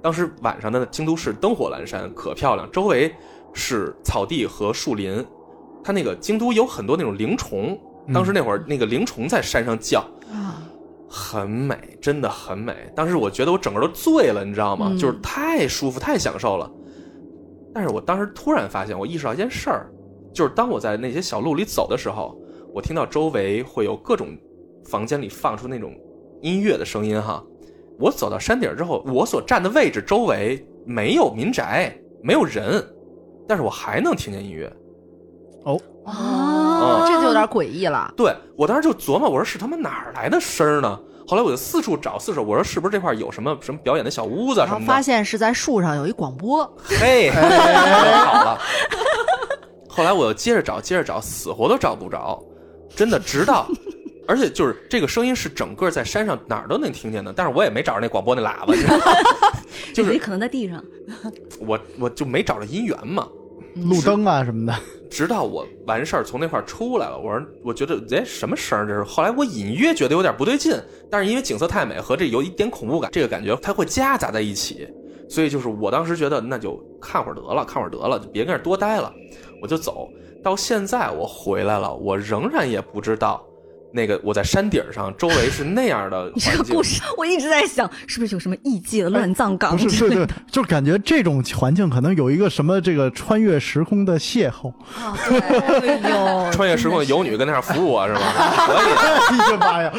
A: 当时晚上的京都市灯火阑珊，可漂亮，周围是草地和树林。它那个京都有很多那种灵虫，当时那会儿那个灵虫在山上叫，很美，真的很美。当时我觉得我整个都醉了，你知道吗？
D: 嗯
A: 就是太舒服，太享受了。但是我当时突然发现，我意识到一件事儿，就是当我在那些小路里走的时候，我听到周围会有各种房间里放出那种音乐的声音哈。我走到山顶之后，我所站的位置周围没有民宅，没有人，但是我还能听见音乐。
B: 哦
D: 这就有点诡异了。
A: 对我当时就琢磨，我说是他妈哪儿来的声儿呢？后来我就四处找，四处我说是不是这块儿有什么什么表演的小屋子啊
D: 然
A: 什
D: 后
A: 么
D: 发
A: 的？
D: 现是在树上有一广播，
A: 嘿，好了。后来我又接着找，接着找，死活都找不着，真的，直到，而且就是这个声音是整个在山上哪儿都能听见的，但是我也没找着那广播那喇叭，你知道吗就
B: 你
A: 是
B: 可能在地上，
A: 我我就没找着音源嘛。
C: 路灯啊什么的，
A: 直到我完事儿从那块儿出来了，我说我觉得哎什么声儿这是？后来我隐约觉得有点不对劲，但是因为景色太美和这有一点恐怖感，这个感觉它会夹杂在一起，所以就是我当时觉得那就看会儿得了，看会儿得了，就别跟这儿多待了，我就走。到现在我回来了，我仍然也不知道那个我在山顶上周围是那样的
B: 你这
A: 环
B: 个
A: 境
B: 故。事我一直在想，是不是有什么异界的乱葬岗
C: 哎不
B: 之
C: 是
B: 类
C: 对
B: 的？
C: 对，就感觉这种环境可能有一个什么这个穿越时空的邂逅，
D: 啊，对，哎呦，
A: 穿越时空的游女跟那儿服务我是吧？ 可以。
C: 哎呀妈呀，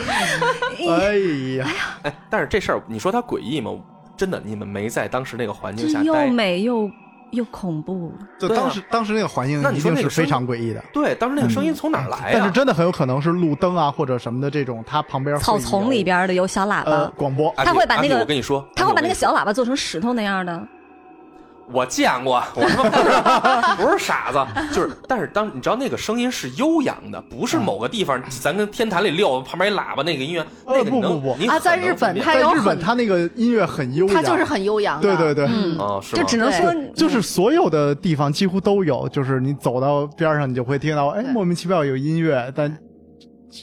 C: 哎呀，
A: 哎，但是这事儿你说它诡异吗？真的，你们没在当时那个环境下
B: 这又
A: 待。
B: 美又又恐怖，
C: 就
A: 对啊
C: 当时当时那个环境
A: 那你
C: 一
A: 说
C: 定
A: 那
C: 是
A: 个声
C: 非常诡异的，
A: 对，当时那个声音从哪儿来呀、
C: 但是真的很有可能是路灯啊或者什么的这种，它旁边会
B: 草丛里
C: 有
B: 边的有小喇
C: 呃
B: 叭，
C: 广播，
A: 安迪
B: 他会把那
A: 安迪
B: 个
A: 我跟你说，
B: 他会把那个
A: 小
B: 小喇叭做成石头那样的。
A: 我见过，我他妈不是不是傻子，就是，但是当你知道那个声音是悠扬的，不是某个地方，咱跟天坛里溜旁边一喇叭那个音乐，
C: 呃
A: 那个你
C: 不
A: 能
C: 不不
A: 你
D: 啊
A: 很
D: 在
A: 能
D: 日本
A: 分辨
D: 它
C: 在
D: 有
C: 日本
D: 很
C: 它那个音乐很悠扬，
D: 它就是很悠扬的，啊
C: 对对对。
B: 嗯，
A: 哦是
B: 就
A: 吗？
B: 只能说
D: 嗯
C: 就是所有的地方几乎都有，就是你走到边上，你就会听到，哎，
D: 对
C: 莫名其妙有音乐，但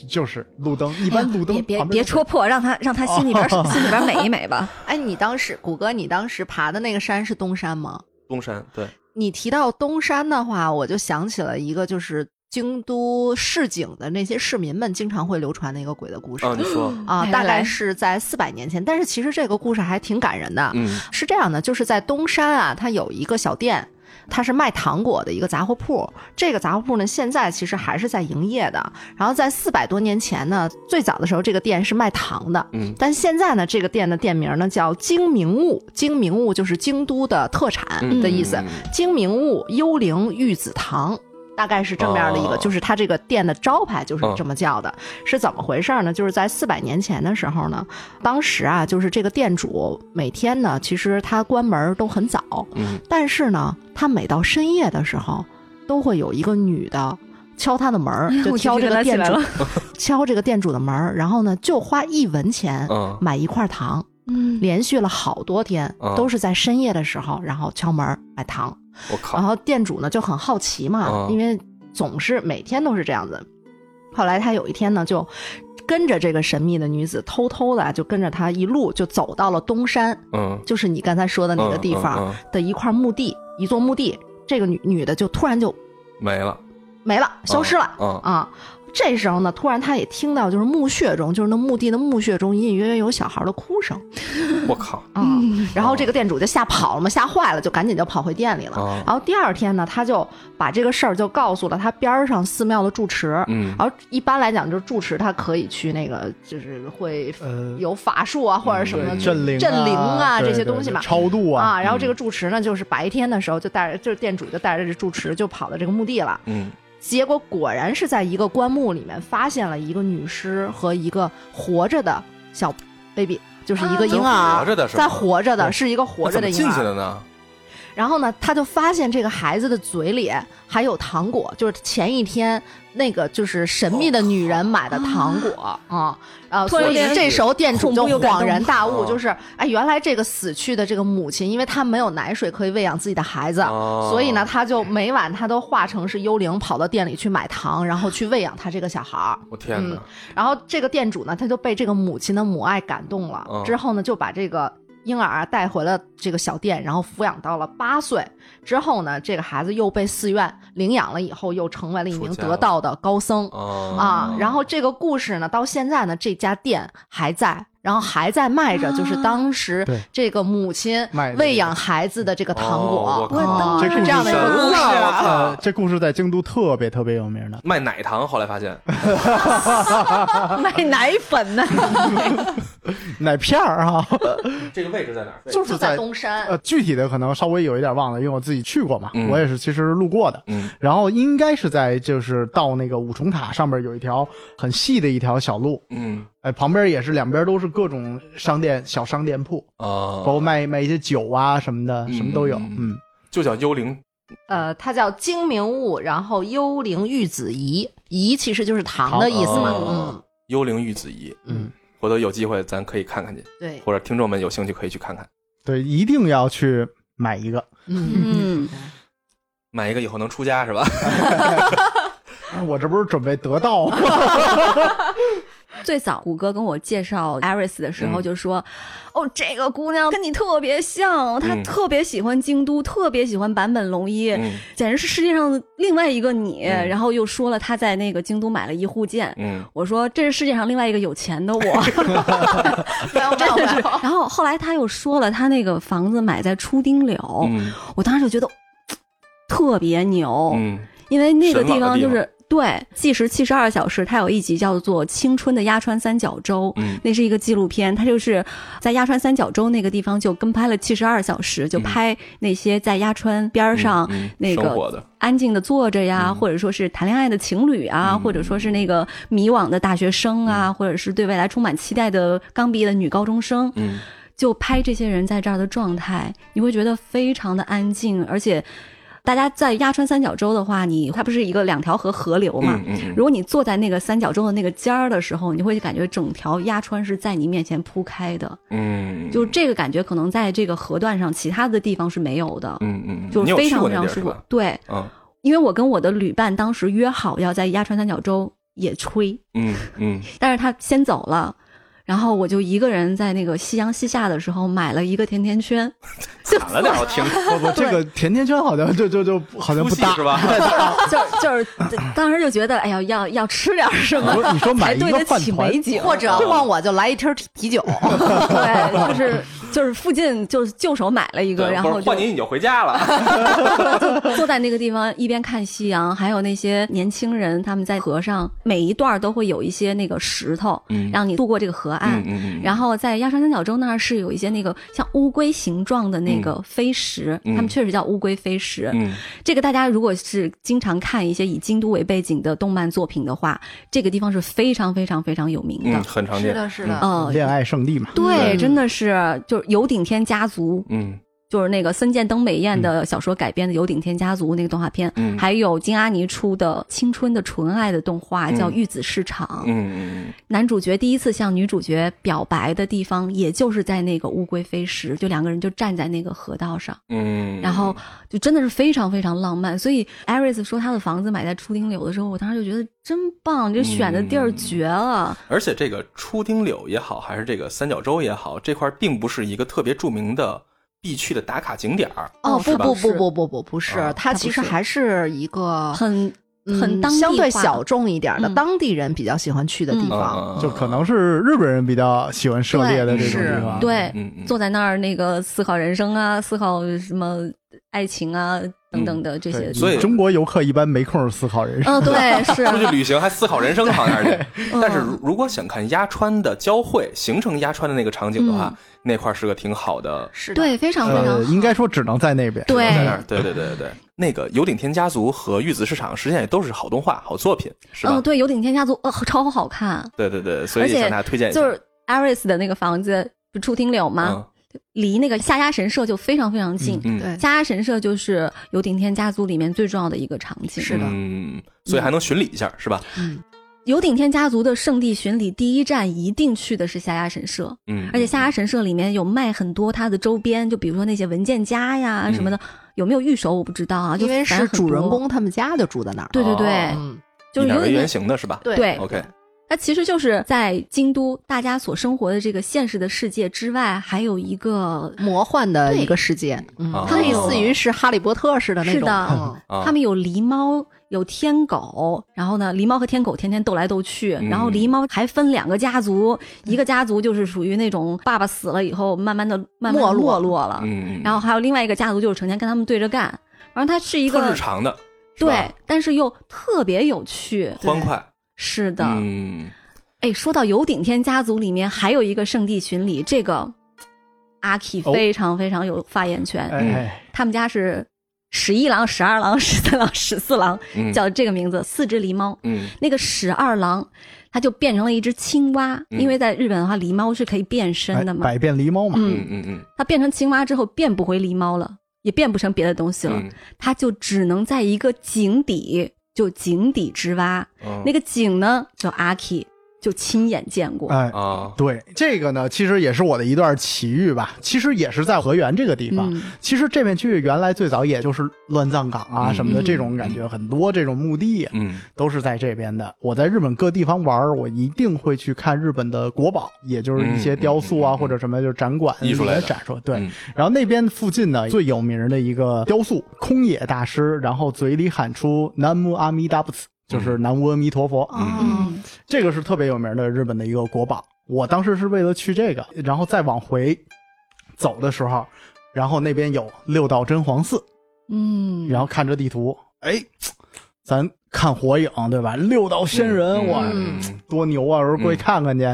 C: 就是路灯，
D: 哎
C: 一般路灯
B: 别别
C: 旁边
B: 别
C: 都是
B: 戳破，让他让他心里边心里边美一美吧。
D: 哎，你当时谷歌，你当时爬的那个山是东山吗？
A: 东山对，
D: 你提到东山的话，我就想起了一个，就是京都市井的那些市民们经常会流传的一个鬼的故事。
A: 啊你说，
D: 啊，
B: 来
D: 大
B: 来
D: 概是在四百年前，但是其实这个故事还挺感人的。
A: 嗯
D: 是这样的，就是在东山啊，它有一个小店，它是卖糖果的一个杂货铺。这个杂货铺呢，现在其实还是在营业的。然后在四百多年前呢，最早的时候这个店是卖糖的，
A: 嗯
D: 但现在呢，这个店的店名呢叫京明物，京明物就是京都的特产
A: 嗯
D: 的意思。
A: 嗯
D: 京明物幽灵玉子堂。大概是这么样的一个，
A: 哦
D: 就是它这个店的招牌就是这么叫的，是怎么回事呢？就是在四百年前的时候呢，当时啊，就是这个店主每天呢，其实他关门都很早，
A: 嗯
D: 但是呢，他每到深夜的时候，都会有一个女的敲他的门儿，就
B: 我
D: 敲
B: 鸡皮
D: 这
B: 疙瘩
D: 个
B: 起
D: 店
B: 来
D: 主
B: 了，
D: 敲这个店主的门儿，然后呢，就花一文钱
A: 嗯
D: 买一块糖，
B: 嗯，
D: 连续了好多天
A: 嗯，
D: 都是在深夜的时候，然后敲门儿买糖。
A: 我靠
D: 然，后店主呢就很好奇嘛，
A: 嗯
D: 因为总是每天都是这样子。后来他有一天呢，就跟着这个神秘的女子，偷偷的就跟着她一路就走到了东山，
A: 嗯
D: 就是你刚才说的那个地方
A: 嗯嗯嗯
D: 的一块墓地，一座墓地。这个女女的就突然就
A: 没了，
D: 没了，消失了、
A: 嗯
D: 啊。这时候呢，突然他也听到，就是墓穴中，就是那墓地的墓穴中，隐隐约约有小孩的哭声
A: 我靠，
D: 啊。然
A: 哦
D: 后这个店主就吓跑了嘛，吓坏了，就赶紧就跑回店里了。
A: 啊
D: 然后第二天呢，他就把这个事儿就告诉了他边儿上寺庙的住持。
A: 嗯
D: 然后一般来讲，就是住持他可以去那个，就是会
C: 呃
D: 有法术啊，或者什么
A: 嗯
D: 去
C: 镇灵
D: 镇灵
C: 啊
D: 啊
C: 对
D: 这些
C: 对
D: 东西
C: 对
D: 嘛。
C: 超度啊，
D: 啊，然后这个住持呢，就是白天的时候就带着，就是店主就带着这住持就跑到这个墓地了。
A: 嗯
D: 结果果然是在一个棺木里面发现了一个女尸和一个活着的小 baby，就是一个婴
A: 啊
D: 儿，
A: 活着的是吗
D: 在活着的
A: 对
D: 是一个活着的
A: 哦那
D: 婴
A: 怎么进去
D: 儿。
A: 的呢？
D: 然后呢，他就发现这个孩子的嘴里还有糖果，就是前一天那个就是神秘的女人买的糖果啊啊！
B: 突
D: 所
B: 然
D: 以
B: 间
D: 这时候店主
B: 恐
D: 就
B: 怖又感
D: 恍然
B: 动啊
D: 大悟，
A: 哦
D: 就是哎，原来这个死去的这个母亲，因为她没有奶水可以喂养自己的孩
B: 啊
D: 子，
A: 哦
D: 所以呢，她就每晚她都化成是幽灵，跑到店里去买糖，然后去喂养她这个小孩儿。
A: 我天哪
D: 嗯！然后这个店主呢，他就被这个母亲的母爱感动了，
A: 嗯
D: 之后呢，就把这个。婴儿啊带回了这个小店，然后抚养到了八岁之后呢，这个孩子又被寺院领养了，以后又成为了一名
A: 出家了
D: 得道的高僧。
A: 哦
D: 啊，然后这个故事呢，到现在呢，这家店还在，然后还在卖着，就是当时
C: 对
D: 这个母亲
C: 卖的
D: 喂养孩子的这个糖
A: 哦
D: 果，
A: 我靠
D: 啊
C: 这
D: 是这样的一
A: 神
D: 个故
A: 了
D: 事
A: 我
D: 啊。
A: 靠
C: 呃，这故事在京都特别特别有名的。
A: 卖奶糖，后来发现，
B: 卖奶粉呢，
C: 奶片儿啊，
A: 这个位置在哪儿？
C: 就是
D: 就在东山
C: 呃，，具体的可能稍微有一点忘了，因为我自己去过嘛，
A: 嗯
C: 我也是其实路过的。
A: 嗯，
C: 然后应该是在就是到那个五重塔上面有一条很细的一条小路，
A: 嗯
C: 哎，旁边也是两边都是各种商店、小商店铺，
A: 啊
C: 包，括卖卖一些酒啊什么的，
A: 嗯
C: 什么都有。
A: 嗯
C: 嗯，
A: 就叫幽灵
D: 呃，它叫精明物，然后幽灵玉子仪，仪其实就是糖的意思嘛，
A: 哦
D: 嗯
A: 幽灵玉子仪，
D: 嗯，
A: 回头有机会咱可以看看去，
D: 对，
A: 或者听众们有兴趣可以去看看，
C: 对，一定要去买一个。
D: 嗯，
B: 嗯，
A: 买一个以后能出家是吧？
C: 我这不是准备得到吗？
B: 最早谷歌跟我介绍 Iris 的时候
A: 嗯
B: 就说，哦，这个姑娘跟你特别像，她
A: 嗯
B: 特别喜欢京都，特别喜欢坂本龙一，
A: 嗯
B: 简直是世界上另外一个你。
A: 嗯
B: 然后又说了她在那个京都买了一户建。
A: 嗯，
B: 我说这是世界上另外一个有钱的我，
D: 没 有没有没有，
B: 然后后来她又说了，她那个房子买在初丁柳，
A: 嗯
B: 我当时就觉得嘖特别牛，
A: 嗯
B: 因为那个
A: 神往
B: 地
A: 的
B: 方就
A: 地方
B: 是对计时七十二小时，它有一集叫做《青春的鸭川三角洲》，
A: 嗯
B: 那是一个纪录片，它就是在鸭川三角洲那个地方就跟拍了七十二小时，就
A: 嗯
B: 拍那些在鸭川边儿上
A: 嗯嗯
B: 那
A: 生
B: 个
A: 活的，
B: 安静的坐着呀，
A: 嗯
B: 或者说是谈恋爱的情侣啊，
A: 嗯
B: 或者说是那个迷惘的大学生啊，或者是对未来充满期待的刚毕业的女高中生，
A: 嗯
B: 就拍这些人在这儿的状态，你会觉得非常的安静，而且大家在鸭川三角洲的话，你它不是一个两条河河流嘛？
A: 嗯嗯
B: 如果你坐在那个三角洲的那个尖儿的时候，你会感觉整条鸭川是在你面前铺开的，
A: 嗯，
B: 就这个感觉可能在这个河段上其他的地方是没有的，
A: 嗯嗯，
B: 就
A: 你
B: 是
A: 有
B: 非
A: 去
B: 常
A: 过
B: 非
A: 那
B: 常
A: 地儿
B: 舒
A: 是
B: 服
A: 吧。
B: 对，
A: 嗯
B: 因为我跟我的旅伴当时约好要在鸭川三角洲野炊，
A: 嗯嗯
B: 但是他先走了，然后我就一个人在那个夕阳西下的时候买了一个甜 甜圈，就
A: 惨了点儿，我 听着
C: 不不，这个甜甜圈好像就就就好像
A: 出
C: 不
A: 戏
C: 搭
A: 是吧？
B: 就就是当时就觉得，哎呀，要要吃点什
C: 你
B: 么
C: 说你说买
B: 才
C: 一个
B: 对得
C: 饭
B: 起
C: 团
B: 美景，
D: 或者忘我就来一听啤酒，
B: 对，就是就是附近就就手买了一个，
A: 对
B: 然
A: 不是
B: 后就
A: 换你你就回 家了。
B: 坐在那个地方一边看夕阳，还有那些年轻人他们在河上，每一段都会有一些那个石头，
A: 嗯
B: 让你渡过这个河岸。
A: 嗯
B: 然后在鸭川三角洲那儿是有一些那个像乌龟形状的那个飞石，
A: 嗯
B: 他们确实叫乌龟飞石。
A: 嗯
B: 这个大家如果是经常看一些以京都为背景的动漫作品的话，这个地方是非常非常非常有名的
A: 嗯，。很常
D: 是
A: 见。
D: 的，是的，
B: 嗯，
C: 恋爱圣地嘛。
B: 对，
D: 嗯
B: 真的是就是有顶天家族，
A: 嗯
B: 就是那个森见登美彦的小说改编的《有顶天家族》那个动画片，
A: 嗯
B: 还有金阿尼出的《青春的纯爱》的动画
A: 嗯
B: 叫《玉子市场》
A: 嗯嗯
B: 男主角第一次向女主角表白的地方，也就是在那个乌龟飞石，就两个人就站在那个河道上，
A: 嗯，
B: 然后就真的是非常非常浪漫。所以艾瑞斯说他的房子买在初丁柳的时候，我当时就觉得真棒，这选的地
A: 嗯
B: 儿绝了。
A: 而且这个初丁柳也好，还是这个三角洲也好，这块儿并不是一个特别著名的必去的打卡景点儿。
D: 哦，
A: 是
D: 不
A: 吧
D: 不
A: 是
D: 不不不不不
A: 啊
D: 是，它
B: 它
D: 其
B: 不
D: 实
B: 是
D: 还是一个
B: 很很
D: 嗯
B: 当地
D: 相对
B: 化
D: 小众一点的
B: 嗯
D: 当地人比较喜欢去的地
A: 嗯
D: 方。
A: 嗯嗯
C: 就可能是日本人比较喜欢涉猎的这种地方，啊
B: 对对
A: 嗯嗯，
B: 坐在那儿那个思考人生啊，思考什么爱情啊等等的这些
C: 对，
B: 地
A: 嗯所
B: 方。
A: 以
C: 中国游客一般没空思考人生。
B: 嗯，对，是，
A: 出去旅行还思考人生，好像 是。
B: 嗯
A: 但是如如果想看鸭川的交汇，形成鸭川的那个场景的
B: 嗯
A: 话，那块儿是个挺好的。
D: 是的，
B: 对，非嗯常非常好
C: 呃，应该说只能在那边。
B: 对
A: 在那儿，对对对对对，那个《有顶天家族》和《玉子市场》实际上也都是好动画、好作品，是吧？
B: 嗯，对，《有顶天家族》呃超好看，
A: 对对对，所以
B: 而且
A: 向大家推荐一下。
B: 就是艾瑞斯的那个房子不出听柳吗？
A: 嗯
B: 离那个下鸭神社就非常非常近。
A: 嗯，
D: 对
B: 下鸭神社就是《有顶天家族》里面最重要的一个场景。
D: 是的
A: 嗯，所以还能巡礼一下，是吧？
D: 嗯
B: 有顶天家族的圣地巡礼，第一站一定去的是下鸭神社。
A: 嗯，
B: 而且下鸭神社里面有卖很多它的周边，就比如说那些文件夹呀
A: 嗯
B: 什么的，有没有预售我不知道啊。就
D: 因为
B: 反正
D: 是
B: 很
D: 主人
B: 多，
D: 公他们家就住在那儿。
B: 对对对，
A: 哦
D: 嗯，
B: 就是
A: 以
B: 有
A: 哪为
B: 点
A: 原型的是吧？
D: 对
B: 对
A: OK，
B: 那其实就是在京都大家所生活的这个现实的世界之外，还有一个
D: 魔幻的一个世界，嗯
A: 哦，
D: 它类似于是哈利波特似的那种。
B: 是的
D: 嗯
A: 啊
B: 他们有狸猫，有天狗，然后呢，狸猫和天狗天天斗来斗去，
A: 嗯
B: 然后狸猫还分两个家族，一个家族就是属于那种爸爸死了以后，慢慢的慢慢地
D: 没
B: 没
D: 落
B: 落了，
A: 嗯，嗯
B: 然后还有另外一个家族就是成天跟他们对着干，然后它是一
A: 特
B: 个
A: 日常的，是吧
B: 对，但是又特别有趣，
A: 欢快，
B: 是的，
A: 嗯，
B: 哎，说到有顶天家族里面还有一个圣地巡礼，这个阿 K
C: 哦
B: 非常非常有发言权，
C: 哎，
B: 他们家是十一郎、十二郎、十三郎、十四郎，
A: 嗯
B: 叫这个名字，四只狸猫。
A: 嗯
B: 那个十二郎，他就变成了一只青蛙，
A: 嗯
B: 因为在日本的话，狸猫是可以变身的
C: 哎
B: 嘛。
C: 百变狸猫嘛，
A: 嗯
B: 嗯，
A: 嗯嗯
B: 它变成青蛙之后变不回狸猫了，也变不成别的东西了，
A: 嗯
B: 它就只能在一个井底，就井底之蛙。
A: 嗯，
B: 那个井呢，就阿 K 就亲眼见过。
C: 哎，
A: 啊，
C: 对这个呢，其实也是我的一段奇遇吧。其实也是在河源这个地方。
B: 嗯
C: 其实这片区域原来最早也就是乱葬岗啊
A: 嗯
C: 什么的
B: 嗯
C: 这种感觉，很多这种墓地啊
A: 嗯
C: 都是在这边的。我在日本各地方玩儿，我一定会去看日本的国宝，也就是一些雕塑
A: 嗯嗯
C: 啊、
A: 嗯嗯
C: 或者什么就是展馆
A: 艺术类的
C: 里面展出。对，
A: 嗯
C: 然后那边附近呢最有名的一个雕塑，空野大师，然后嘴里喊出“南无阿弥达布斯”，就是南无阿弥陀佛。
A: 嗯
D: 嗯
C: 这个是特别有名的日本的一个国宝。我当时是为了去这个，然后再往回走的时候，然后那边有六道真皇寺，
B: 嗯，
C: 然后看着地图，哎，咱看火影对吧？六道仙人，
A: 嗯
C: 哇，
A: 嗯
C: 多牛啊！我说过
A: 嗯
C: 去看看去。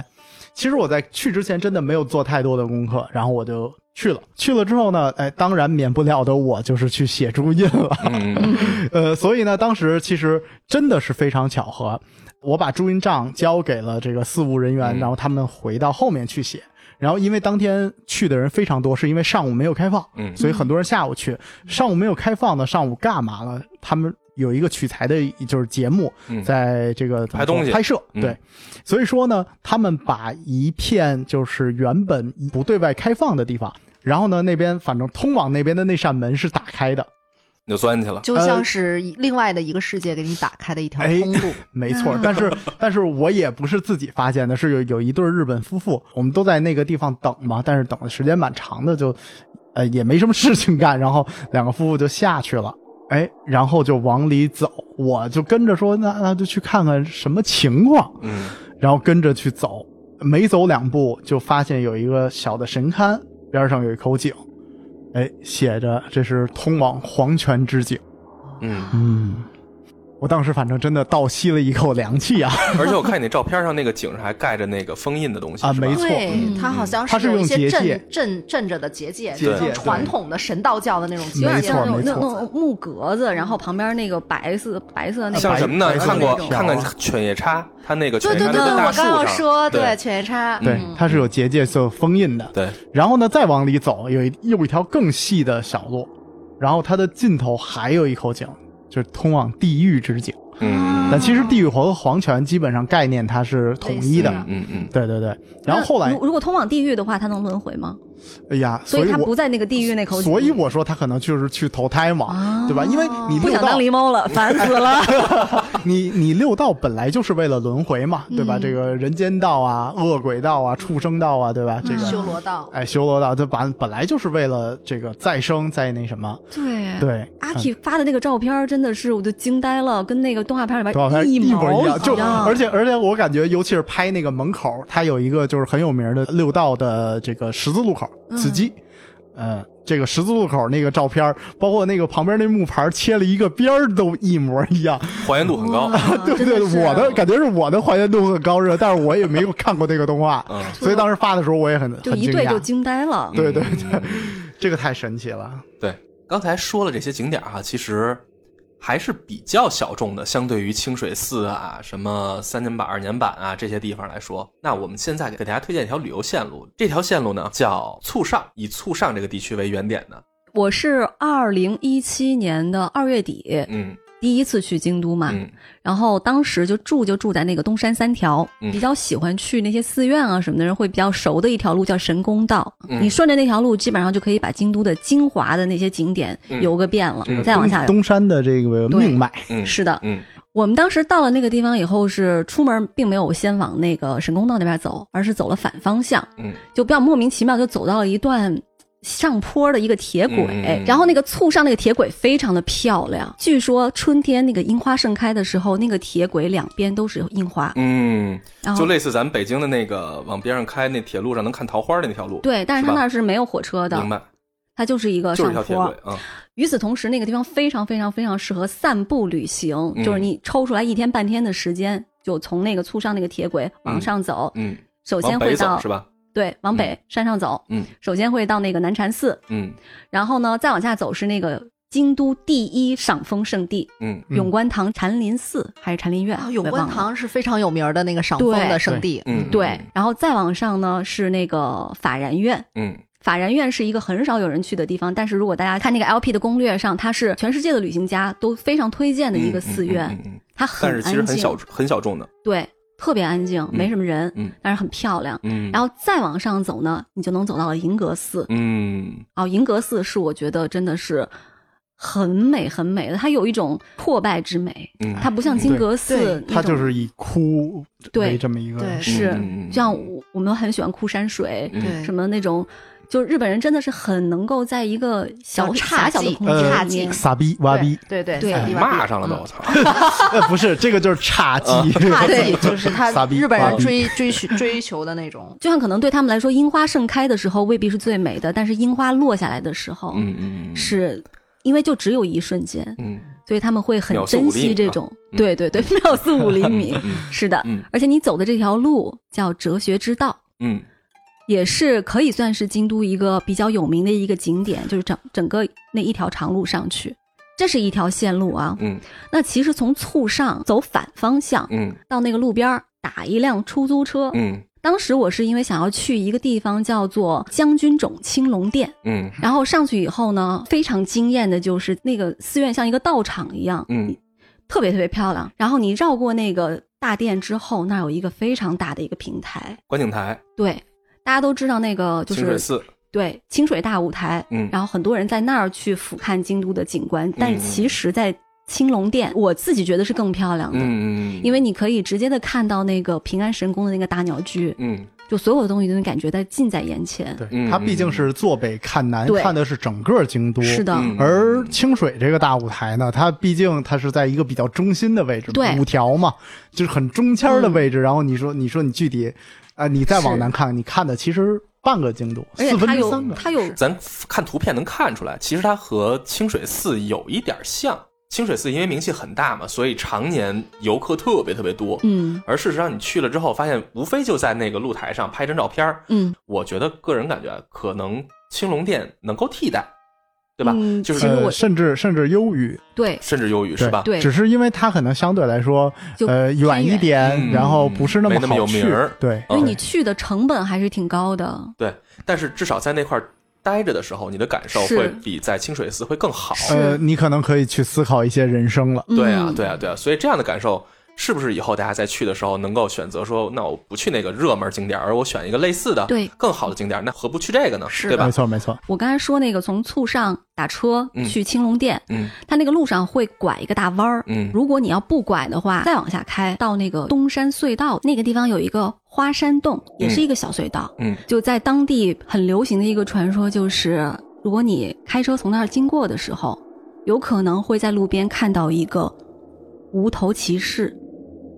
C: 其实我在去之前真的没有做太多的功课，然后我就去了。去了之后呢，哎，当然免不了的我就是去写注印了。
A: 嗯嗯
C: 呃，所以呢，当时其实真的是非常巧合，我把朱印账交给了这个事务人员，
A: 嗯
C: 然后他们回到后面去写。然后因为当天去的人非常多，是因为上午没有开放，
A: 嗯
C: 所以很多人下午去。上午没有开放呢，上午干嘛了？他们有一个取材的，就是节目，
A: 嗯
C: 在这个怎么
A: 拍东西
C: 说拍摄，
A: 嗯
C: 对。所以说呢，他们把一片就是原本不对外开放的地方，然后呢，那边反正通往那边的那扇门是打开的，
A: 你就钻进去了，
D: 就像是另外的一个世界给你打开的一条通路，
C: 没错
B: 啊，
C: 但是但是我也不是自己发现的，是有有一对日本夫妇，我们都在那个地方等嘛，但是等的时间蛮长的，就呃也没什么事情干，然后两个夫妇就下去了，哎，然后就往里走，我就跟着说那那就去看看什么情况，
A: 嗯
C: 然后跟着去走，没走两步就发现有一个小的神龛，边上有一口井，哎，写着这是通往黄泉之井，
A: 嗯，
C: 嗯。我当时反正真的倒吸了一口凉气啊！
A: 而且我看你那照片上那个井上还盖着那个封印的东西
C: 啊
A: 是吧
C: 没错
D: 对
B: 嗯，
D: 它好像
C: 它是
D: 有一
C: 用
D: 些
C: 结
D: 镇
C: 界
D: 镇镇着的结界，
C: 结
D: 就
C: 界
D: 像传统的神道教的那种
B: 有
D: 结
B: 点
C: 没
D: 界
C: 错
B: 像那
D: 那
B: 种
D: 种
C: 没
B: 那种
C: 错
B: 那种木格子，然后旁边那个白色白色那个
A: 像
C: 白
A: 什么呢？
C: 白色
A: 看过
C: 那种
A: 看看
C: 条啊
A: 犬夜叉，他那个犬夜
D: 对
A: 叉
D: 对对，
A: 就在大
D: 我刚要
A: 树上，
D: 说，
A: 对
D: 犬夜叉，
C: 对，
B: 嗯
C: 它是有结界所封印的。
A: 对，
C: 然后呢，再往里走，有一又一条更细的小路，然后它的尽头还有一口井，就是通往地狱之井。
A: 嗯
C: 但其实地狱火和黄泉基本上概念它是统一的。
A: 嗯嗯嗯，
C: 对对对，然后后来
B: 那，如如果通往地狱的话，它能轮回吗？
C: 哎呀，
B: 所
C: 以
B: 它不
C: 我
B: 在那个地狱那口井。
C: 所以我说他可能就是去投胎嘛
B: 啊，
C: 对吧？因为你
B: 不
C: 六
B: 想
C: 道
B: 当狸猫了，烦死 了。
C: 你你六道本来就是为了轮回嘛，对吧？
B: 嗯
C: 这个人间道啊、恶鬼道啊、畜生道啊，对吧？这个
D: 修
B: 嗯
D: 罗道，
C: 哎，修罗道，这本本来就是为了这个再生，再那什么，
B: 对。
C: 对。
B: 哎阿
C: 嗯
B: K 发的那个照片真的是，我就惊呆了，跟那个动画片里边
C: 多少片
B: 一
C: 一模
B: 毛
C: 一样，就
B: 样
C: 而且而且我感觉，尤其是拍那个门口，它有一个就是很有名的六道的这个十字路口
B: 嗯
C: 子鸡，嗯，这个十字路口那个照片，包括那个旁边那木牌切了一个边儿都一模一样，
A: 嗯还原度很高，
B: 哇
C: 对不对？
B: 啊真是啊
C: 我的感觉是我的还原度很高热，但是我也没有看过那个动画，
A: 嗯，
C: 所以当时发的时候我也很
B: 就
C: 很
B: 一
C: 惊
B: 对就
C: 讶，
B: 惊呆了。
C: 对对
A: 对。
C: 这个太神奇了，
A: 刚才说了这些景点儿哈、其实还是比较小众的，相对于清水寺啊、什么三年坂、二年坂啊这些地方来说。那我们现在给大家推荐一条旅游线路，这条线路呢叫促上，以促上这个地区为原点的。
B: 我是二零一七年的二月底
A: 嗯
B: 第一次去京都嘛，
A: 嗯
B: 然后当时就住就住在那个东山三条，
A: 嗯
B: 比较喜欢去那些寺院啊什么的人会比较熟的一条路叫神宫道。
A: 嗯
B: 你顺着那条路，基本上就可以把京都的精华的那些景点
A: 嗯
B: 游个遍了。
A: 嗯
B: 再往下，
C: 东山的这个
B: 对
C: 命脉，
A: 嗯，
B: 是的。
A: 嗯
B: 我们当时到了那个地方以后，是出门并没有先往那个神公道那边走，而是走了反方向，
A: 嗯，
B: 就比较莫名其妙就走到了一段上坡的一个铁轨，
A: 嗯
B: 然后那个簇上那个铁轨非常的漂亮，据说春天那个樱花盛开的时候，那个铁轨两边都是樱花，
A: 嗯，
B: 然后
A: 就类似咱们北京的那个往边上开那铁路上能看桃花的那条路，
B: 对，但是它
A: 是吧
B: 那儿是没有火车的
A: 明，白，
B: 它就是一个
A: 就是
B: 上
A: 一条铁
B: 坡。
A: 轨啊，
B: 与此同时，那个地方非常非常非常适合散步旅行，
A: 嗯
B: 就是你抽出来一天半天的时间，就从那个簇上那个铁轨往上走，
A: 嗯，
B: 首先
A: 往
B: 会
A: 北
B: 到
A: 走是吧？
B: 对，往北、山上走，
A: 嗯
B: 首先会到那个南禅寺，
A: 嗯
B: 然后呢，再往下走是那个京都第一赏枫圣地、
A: 嗯
C: 嗯
B: 永观堂禅林寺还是禅林院？
D: 啊，
B: 我也
D: 永观
B: 忘了
D: 堂是非常有名儿的那个赏枫
B: 对
D: 的圣地。
A: 嗯，
B: 对，然后再往上呢是那个法然院。
A: 嗯，
B: 法然院是一个很少有人去的地方，但是如果大家
A: 嗯
B: 看那个 LP 的攻略上，它是全世界的旅行家都非常推荐
A: 嗯
B: 的一个寺院，，
A: 嗯嗯嗯嗯嗯
B: 它很
A: 但
B: 安
A: 是
B: 静，
A: 其实很小很小众的，
B: 对，特别安静，没什么人，
A: 嗯
B: 但是很漂亮。
A: 嗯，
B: 然
A: 后
B: 后再往上走呢，你就能走到了银阁寺。
A: 嗯
B: 哦，银阁寺是我觉得真的是很美很美的，它有一种破败之美，
A: 嗯，
B: 它不像金阁寺
D: 对
B: 那种，
C: 它就是以哭
B: 对
C: 为这么一个
D: 对
B: 是
A: 嗯嗯嗯
B: 就像我我们很喜欢枯山水，
A: 嗯
D: 对
B: 什么那种。就日本人真的是很能够在一个小
D: 小
B: 狭小的
D: 侘寂
B: 空
D: 嗯
B: 间
C: 呃
D: 侘
B: 里
D: 寂
B: 面，
C: 傻逼 挖逼，
D: 对对
B: 对
D: 小
A: 哎
D: 地方
A: 骂
B: 嗯
A: 上了
D: 嗯
A: 都，我操，
C: 呃不是这个就是
A: 啊
C: 差劲，
D: 差
B: 对
D: 距就是他
C: 傻逼
D: 日本
C: 傻
D: 人
C: 逼
D: 追追寻追求的那种。
B: 就像可能对他们来说，樱花盛开的时候未必是最美的，但是樱花落下来的时候，
A: 嗯嗯嗯，
B: 是因为就只有一瞬间，
A: 嗯
B: 所以他们会很
A: 秒速
B: 珍
A: 五厘
B: 惜
A: 米
B: 这
A: 啊
B: 种。
A: 嗯
B: 对对对，秒速五厘米，
A: 嗯
B: 是的。
A: 嗯
B: 而且你走的这条路叫哲学之道，
A: 嗯
B: 也是可以算是京都一个比较有名的一个景点，就是整整个那一条长路上去。这是一条线路啊，
A: 嗯
B: 那其实从簇上走反方向
A: 嗯
B: 到那个路边儿打一辆出租车，
A: 嗯
B: 当时我是因为想要去一个地方叫做将军冢青龙殿，
A: 嗯
B: 然后上去以后呢，非常惊艳的就是那个寺院像一个道场一样，
A: 嗯
B: 特别特别漂亮。然后你绕过那个大殿之后，那儿有一个非常大的一个平台，
A: 观景台，
B: 对，大家都知道那个就
A: 清水
B: 是
A: 寺，
B: 对清水大舞台，
A: 嗯
B: 然后很多人在那儿去俯瞰京都的景观，但是
A: 嗯
B: 其实，在青龙殿，我自己觉得是更漂亮的。
A: 嗯嗯，
B: 因为你可以直接的看到那个平安神宫的那个大鸟居，
A: 嗯
B: 就所有的东西都能感觉在近在眼前。
A: 嗯
C: 对，它毕竟是坐北看南，
B: 对
C: 看的是整个京都。
B: 是的，
A: 嗯
C: 而清水这个大舞台呢，它毕竟它是在一个比较中心的位置嘛，
B: 对嗯
C: 五条嘛，就是很中间的位置。然后你说，你说你具体，啊、你再往南看，你看的其实半个京都，
B: 而且
C: 四分
B: 它
C: 之
B: 有
C: 三个。
B: 它有
A: 咱看图片能看出来，其实它和清水寺有一点像。清水寺因为名气很大嘛，所以常年游客特别特别多。
B: 嗯
A: 而事实上，你去了之后，发现无非就在那个露台上拍张照片儿。
B: 嗯，
A: 我觉得个人感觉，啊可能青龙殿能够替代，对吧？
B: 嗯
A: 就
B: 其
A: 是
B: 实
C: 呃，
B: 我
C: 甚至甚至优于，
B: 对
A: 甚至优于是吧？
B: 对
C: 只是因为它可能相对来说，
B: 就
C: 呃，远一
A: 偏
C: 点，
A: 远
C: 然后不是那
A: 嗯没
C: 么
A: 那么有
C: 好去
A: 名儿。
C: 对，
B: 因为你
A: 嗯
B: 去的成本还是挺高的。
A: 但是至少在那块儿待着的时候，你的感受
B: 是
A: 会比在清水寺会更好。
B: 是
C: 呃，你可能可以去思考一些人生了。
A: 对啊
B: 嗯，
A: 对啊，对啊，所以这样的感受，是不是以后大家再去的时候能够选择说，那我不去那个热门景点，而我选一个类似的、
B: 对
A: 更好的景点，那何不去这个呢？
D: 是
A: 对吧
C: 没？错，没错。
B: 我刚才说那个从簇上打车
A: 嗯
B: 去青龙殿，
A: 嗯
B: 它那个路上会拐一个大弯儿。
A: 嗯
B: 如果你要不拐的话，再往下开到那个东山隧道那个地方有一个花山洞，也是一个小隧道。
A: 嗯
B: 就在当地很流行的一个传说就是，如果你开车从那儿经过的时候，有可能会在路边看到一个无头骑士，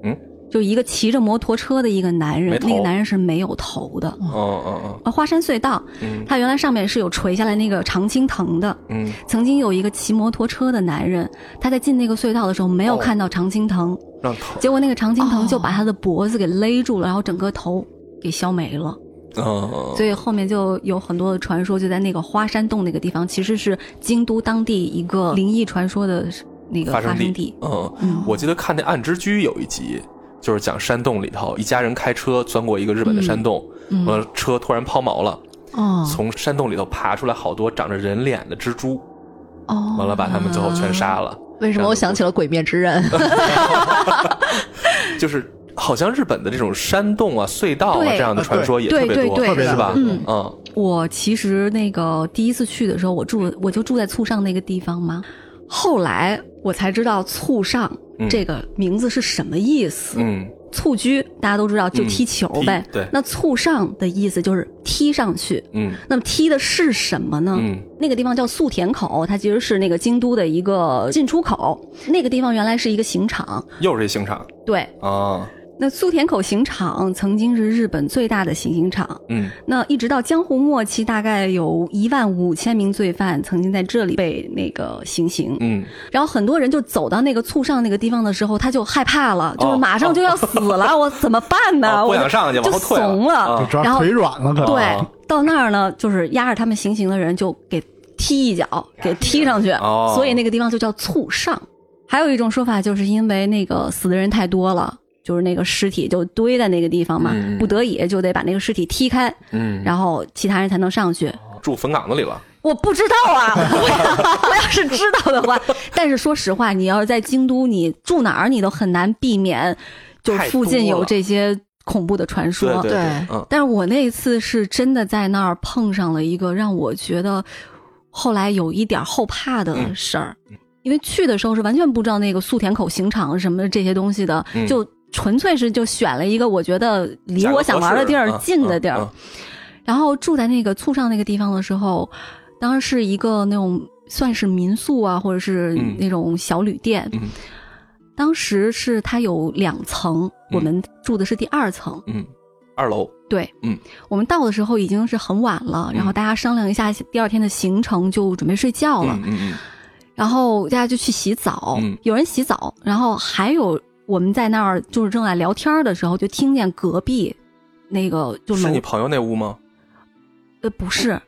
A: 嗯，
B: 就一个骑着摩托车的一个男
A: 没
B: 人，
A: 头
B: 那个男人是没有头的。
A: 嗯嗯
B: 啊，花山隧道，
A: 嗯
B: 它原来上面是有垂下来那个常青藤的。
A: 嗯
B: 曾经有一个骑摩托车的男人，他在进那个隧道的时候没有
A: 哦
B: 看到常青藤，
A: 嗯，让头，
B: 结果那个常青藤就把
D: 哦
B: 他的脖子给勒住了，然后整个头给削没了。
A: 嗯
B: 所以后面就有很多的传说，就在那个花山洞那个地方，其实是京都当地一个灵异传说的那个
A: 发
B: 发
A: 生
B: 生
A: 地
B: 地。，
A: 嗯，
B: 嗯，
A: 我记得看那《暗之居》有一集。就是讲山洞里头，一家人开车钻过一个日本的山洞，
B: 嗯
A: 呃，车突然抛锚了，
D: 哦
A: 从山洞里头爬出来好多长着人脸的蜘蛛，
D: 哦，
A: 完了把他们最后全杀了。
D: 为什么我想起了《鬼灭之刃》？
A: 就是好像日本的这种山洞啊、隧道啊
B: 对
A: 这样的传说也
B: 对
A: 特别多，
B: 对对
A: 是吧？
B: 嗯
A: 嗯
B: 我其实那个第一次去的时候，我住我就住在簇上那个地方嘛。后来我才知道“蹴上”
A: 嗯
B: 这个名字是什么意思。
A: 嗯，
B: 蹴鞠大家都知道就
A: 嗯
B: 踢球
A: 踢
B: 呗，
A: 对
B: 那蹴上的意思就是踢上去。
A: 嗯
B: 那么踢的是什么呢？
A: 嗯
B: 那个地方叫宿田口，它其实是那个京都的一个进出口。那个地方原来是一个刑场，
A: 又是一刑场
B: 对。
A: 啊，
B: 那宿田口刑场曾经是日本最大的行刑场，
A: 嗯
B: 那一直到江户末期，大概有一万五千名罪犯曾经在这里被那个行刑。
A: 嗯，
B: 然后很多人就走到那个醋上那个地方的时候，他就害怕了，就是
A: 哦
B: 马上就要死了，我怎么办呢？
A: 哦不
B: 我
A: 想上去，往
B: 就
A: 后退
B: 怂了
C: 就
A: 啊
C: 主
B: 然
C: 要
B: 后
C: 腿软了，可能
B: 对，
A: 哦
B: 到那儿呢，就是压着他们行刑的人就给踢一脚，给踢上去，
A: 哦
B: 所以那个地方就叫醋上。还有一种说法，就是因为那个死的人太多了，就是那个尸体就堆在那个地方嘛，
A: 嗯
B: 不得已就得把那个尸体踢开，
A: 嗯，
B: 然后其他人才能上去。
A: 后住坟岗子里了，
B: 我不知 道啊，我要我要是知道的话，但是说实话，你要是在京都，你住哪儿你都很难避免，就是附近有这些恐怖的传说。
A: 对对，
D: 对
A: 嗯
B: 但是我那一次是真的在那儿碰上了一个让我觉得后来有一点后怕的
A: 嗯
B: 事儿，因为去的时候是完全不知道那个宿田口刑场什么这些东西的，
A: 嗯
B: 就纯粹是就选了一个我觉得离
A: 价格
B: 我想玩的地儿
A: 合适
B: 近的地儿，
A: 嗯嗯
B: 然后住在那个醋上那个地方的时候，当时是一个那种算是民宿啊，或者是
A: 嗯
B: 那种小旅店。
A: 嗯
B: 当时是它有两层，
A: 嗯
B: 我们住的是第二层。
A: 嗯，二楼，
B: 对，
A: 嗯，
B: 我们到的时候已经是很晚了，
A: 嗯
B: 然后大家商量一下第二天的行程，就准备睡觉了。
A: 嗯嗯
B: 然后大家就去洗澡，
A: 嗯
B: 有人洗澡，然后还有我们在那儿就是正在聊天儿的时候，就听见隔壁那个就
A: 嗯，是
B: 楼
A: 你朋友那屋吗？
B: 呃不是，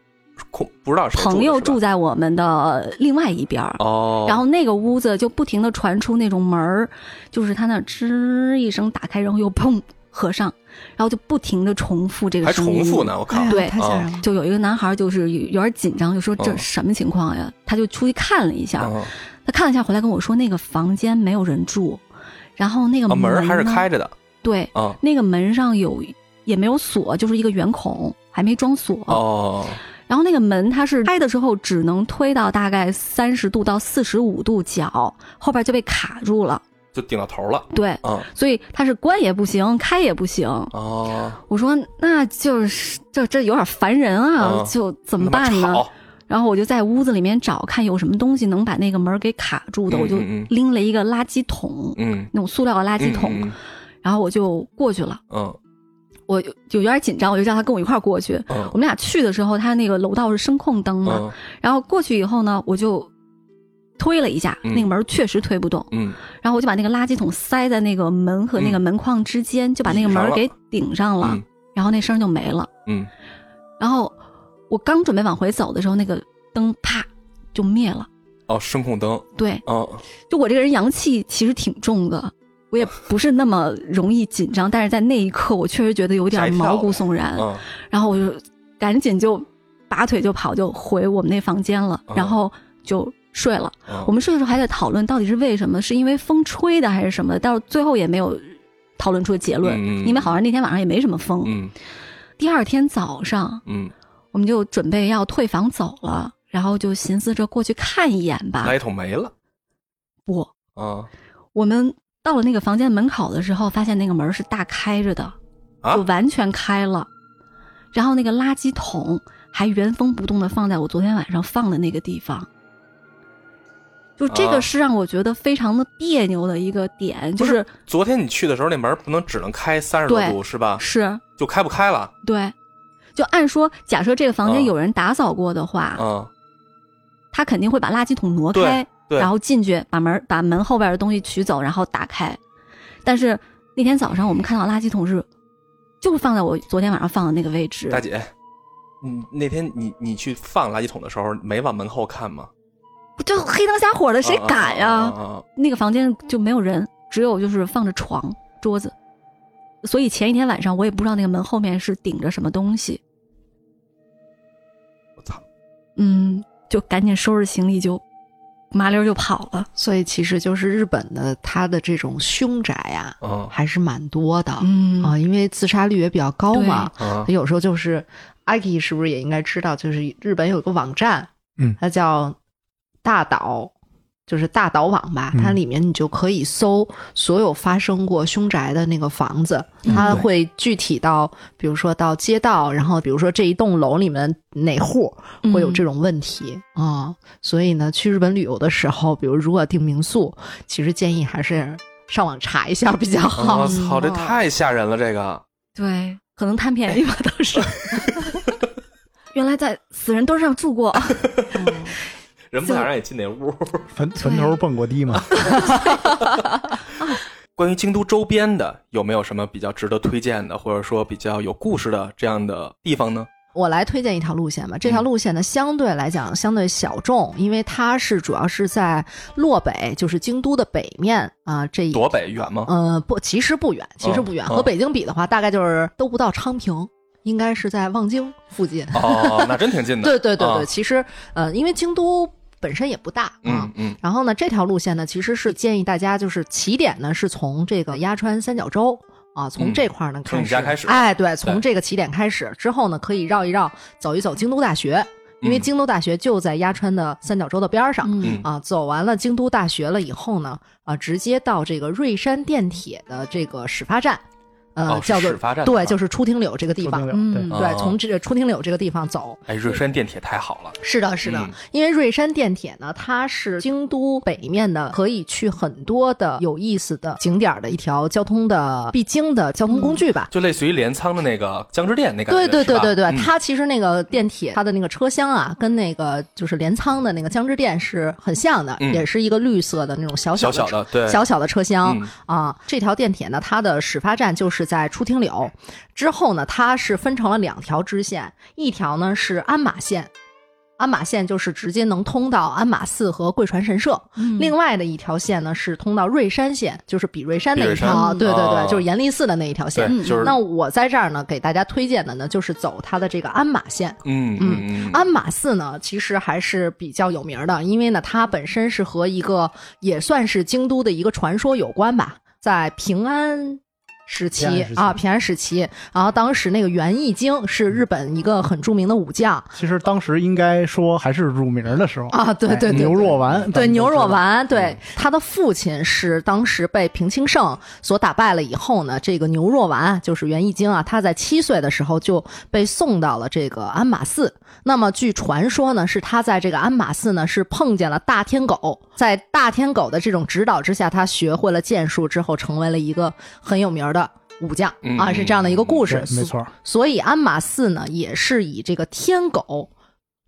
A: 空不知道谁
B: 朋友
A: 的是吧
B: 住在我们的另外一边儿。
A: 哦，
B: 然后那个屋子就不停的传出那种门儿，就是他那吱一声打开，然后又砰合上，然后就不停的重复这个哎
A: 还
B: 声音。
A: 重复呢，我 靠，
B: 对
D: 哦太吓人了。
B: 就有一个男孩就是有点紧张，就说这
A: 嗯
B: 什么情况呀？他就出去看了一下，
A: 嗯
B: 他看了一下回来跟我说那个房间没有人住，然后那个
A: 啊门儿还是
B: 呢
A: 开着的
B: 对，
A: 啊，
B: 那个门上有也没有锁，就是一个圆孔，还没装锁。
A: 哦，
B: 然后那个门它是开的时候只能推到大概三十度到四十五度角，后边就被卡住了。
A: 就顶到头了，
B: 对，
A: 嗯，
B: 所以它是关也不行，开也不行。
A: 哦，
B: 我说那就是这这有点烦人啊，
A: 嗯
B: 就怎
A: 怎
B: 么办呢？然后我就在屋子里面找，看有什么东西能把那个门给卡住的，
A: 嗯
B: 我就
A: 嗯嗯
B: 拎了一个垃圾桶，
A: 嗯，
B: 那种塑料的垃圾桶，
A: 嗯，
B: 然后我就过去了。
A: 嗯
B: 我有有点紧张，我就叫他跟我一块儿过去。
A: 嗯
B: 我们俩去的时候，他那个楼道是声控灯嘛，
A: 嗯
B: 然后过去以后呢，我就推了一下，
A: 嗯
B: 那个门确实推不动，
A: 嗯，
B: 然后我就把那个垃圾桶塞在那个门和那个门框之间，就把那个门给顶上了，
A: 嗯
B: 然后那声就没了。
A: 嗯，
B: 然后我刚准备往回走的时候，那个灯啪就灭了。
A: 哦，声控灯，
B: 对，
A: 嗯
B: 就我这个人阳气其实挺重的。我也不是那么容易紧张，但是在那一刻，我确实觉得有
A: 吓
B: 点
A: 一跳
B: 毛骨悚然。
A: 嗯
B: 然后我就赶紧就拔腿就跑，就回我们那房间了
A: 哦，
B: 然后就睡了。
A: 嗯，
B: 我们睡的时候还在讨论到底是为什么，是因为风吹的还是什么的，到最后也没有讨论出结论，
A: 嗯嗯嗯
B: 因为好像那天晚上也没什么风。
A: 嗯
B: 第二天早上，
A: 嗯，
B: 我们就准备要退房走了，然后就寻思着过去看一眼吧
A: 垃。圾桶没了，
B: 不，
A: 啊
B: 我们到了那个房间门口的时候，发现那个门是大开着的，
A: 啊
B: 就完全开了。然后那个垃圾桶还原封不动的放在我昨天晚上放的那个地方。就这
A: 啊
B: 个是让我觉得非常的别扭的一个点，就
A: 不
B: 是
A: 昨天你去的时候，那门不能只能开三十多
B: 对
A: 度是吧？
B: 是
A: 就开不开了，
B: 对，就按说，假设这个房
A: 啊
B: 间有人打扫过的话，
A: 嗯，
B: 他肯定会把垃圾桶挪开，
A: 对
B: 然后进去把门把门后边的东西取走，然后打开。但是那天早上我们看到垃圾桶是，就放在我昨天晚上放的那个位置
A: 大，姐。你那天你你去放垃圾桶的时候，没往门后看吗？
B: 就黑灯瞎火的，谁敢呀、
A: 啊啊啊啊
B: 那个房间就没有人，只有就是放着床桌子，所以前一天晚上我也不知道那个门后面是顶着什么东西。
A: 我操！
B: 嗯，就赶紧收拾行李就麻溜儿就跑了。
D: 所以其实就是日本的它的这种凶宅啊，
A: 嗯
D: 还是蛮多的啊、
B: 嗯
D: 因为自杀率也比较高嘛。
A: 嗯
D: 有时候就是阿 k 是不是也应该知道，就是日本有个网站，
C: 嗯
D: 它叫大岛就是大岛网吧，它
C: 嗯
D: 里面你就可以搜所有发生过凶宅的那个房子，它
C: 对
D: 会具体到，比如说到街道，然后比如说这一栋楼里面哪户
B: 嗯
D: 会有这种问题啊、所以呢，去日本旅游的时候，比如如果订民宿，其实建议还是上网查一下比
A: 嗯
D: 较好。
A: 我操，这太吓人了！这个
B: 对，可能贪便宜吧，当 时。原来在死人墩上住 过，
A: 人不想让你进那屋。
C: 坟坟头蹦过迪嘛，
A: 关于京都周边的，有没有什么比较值得推荐的，或者说比较有故事的这样的地方呢？
D: 我来推荐一条路线吧。这
A: 嗯
D: 条路线呢，相对来讲相对小众，因为它是主要是在洛北，就是京都的北面啊、这一
A: 多北远吗？
D: 呃不，其实不远，其实不远，
A: 哦
D: 和北京比的话，大概就是都不到昌平，应该是在望京附近。
A: 哦，那真挺近的。
D: 对对对对，
A: 啊
D: 其实呃，因为京都本身也不大啊。
A: 嗯嗯，
D: 然后呢，这条路线呢，其实是建议大家就是起点呢是从这个鸭川三角洲啊，从
A: 嗯
D: 这块儿呢、
A: 从
D: 开
A: 你
D: 始，
A: 家开始
D: 哎，对，从
A: 对
D: 这个起点开始之后呢，可以绕一绕，走一走京都大学，因为
A: 嗯
D: 京都大学就在鸭川的三角洲的边儿上。
B: 嗯
A: 嗯
D: 啊，走完了京都大学了以后呢，啊，直接到这个瑞山电铁的这个始发站，呃，
A: 哦是
D: 叫做
A: 始发站
D: 对，
A: 啊
D: 就是出町柳这个地
C: 说
D: 方
C: 定，了对
B: 嗯，
A: 啊
D: 对，从这个出町柳这个地方走，
A: 哎，瑞山电铁太好了。
D: 是的，是的，
A: 嗯
D: 因为瑞山电铁呢，它是京都北面的，可以去很多的有意思的景点儿的一条交通的必经的交通工具吧。
A: 就类似于镰仓的那个江之电嗯那感觉，
D: 对对对
A: 是吧
D: 对对，
A: 嗯
D: 它其实那个电铁，它的那个车厢啊，跟那个就是镰仓的那个江之电是很像的，
A: 嗯
D: 也是一个绿色的那种小
A: 小
D: 的
A: 小
D: 车
A: 的，对，
D: 小小的车厢、
A: 嗯
D: 啊。这条电铁呢，它的始发站就是在出町柳，之后呢，它是分成了两条支线，一条呢是鞍马线。鞍马线就是直接能通到鞍马寺和贵船神社，
B: 嗯
D: 另外的一条线呢是通到瑞山线，就是比瑞山
A: 比
D: 那一
A: 瑞山
D: 条，啊对对对，
A: 哦
D: 就是严立寺的那一条线。
A: 对，就是
D: 那我在这儿呢，给大家推荐的呢，就是走它的这个鞍马线。
A: 嗯嗯嗯
D: 鞍马寺呢，其实还是比较有名儿的，因为呢，它本身是和一个也算是京都的一个传说有关吧，在平安。时期
C: 平安时期
D: 啊，平安时期，然后当时那个源义经是日本一个很著名的武将
C: 其实当时应该说还是乳名的时候
D: 啊，对
C: 哎
D: 对对，
C: 牛若丸，咱们都
D: 对
C: 知道
D: 牛若，丸，对、他的父亲是当时被平清盛所打败了以后呢，这个牛若丸就是源义经啊，他在七岁的时候就被送到了这个鞍马寺。那么据传说呢，是他在这个鞍马寺呢是碰见了大天狗，在大天狗的这种指导之下，他学会了剑术之后，成为了一个很有名儿的武将、
A: 嗯
D: 啊，是这样的一个故事
C: 对。没错，
D: 所以鞍马寺呢，也是以这个天狗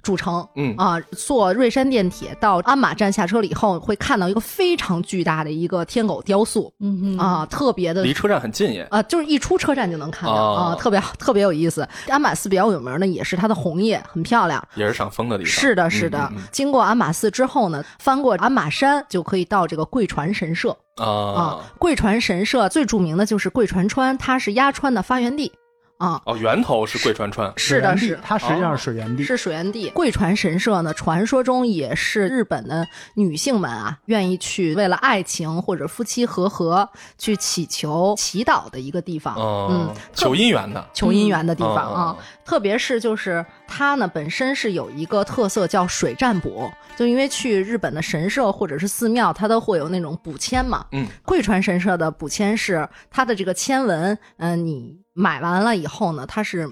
D: 著称。
A: 嗯
D: 啊，坐瑞山电铁到鞍马站下车了以后，会看到一个非常巨大的一个天狗雕塑
B: 嗯哼，
D: 啊，特别的
A: 离车站很近也，
D: 啊，就是一出车站就能看到
A: 哦
D: 啊，特别特别有意思。鞍马寺比较有名的也是它的红叶很漂亮。
A: 也是赏枫的地方。
D: 是的，是的
A: 嗯嗯。
D: 经过鞍马寺之后呢，翻过鞍马山就可以到这个贵船神社啊
A: 啊。。
D: 贵船神社最著名的就是贵船川，它是鸭川的发源地啊。
A: 哦，源头是贵川川，
D: 是的，是的哦
C: 它实际上是水源地，
D: 是水源地。贵船神社呢，传说中也是日本的女性们啊，愿意去为了爱情或者夫妻和和去祈求祈祷的一个地方，
A: 嗯
D: 嗯，，
A: 求姻缘的
D: 求姻缘的地方
A: 嗯
D: 啊。特别是就是它呢本身是有一个特色叫水占卜，就因为去日本的神社或者是寺庙，它都会有那种补签嘛。
A: 嗯，
D: 贵船神社的补签是它的这个签文，嗯、你买完了以后呢，它是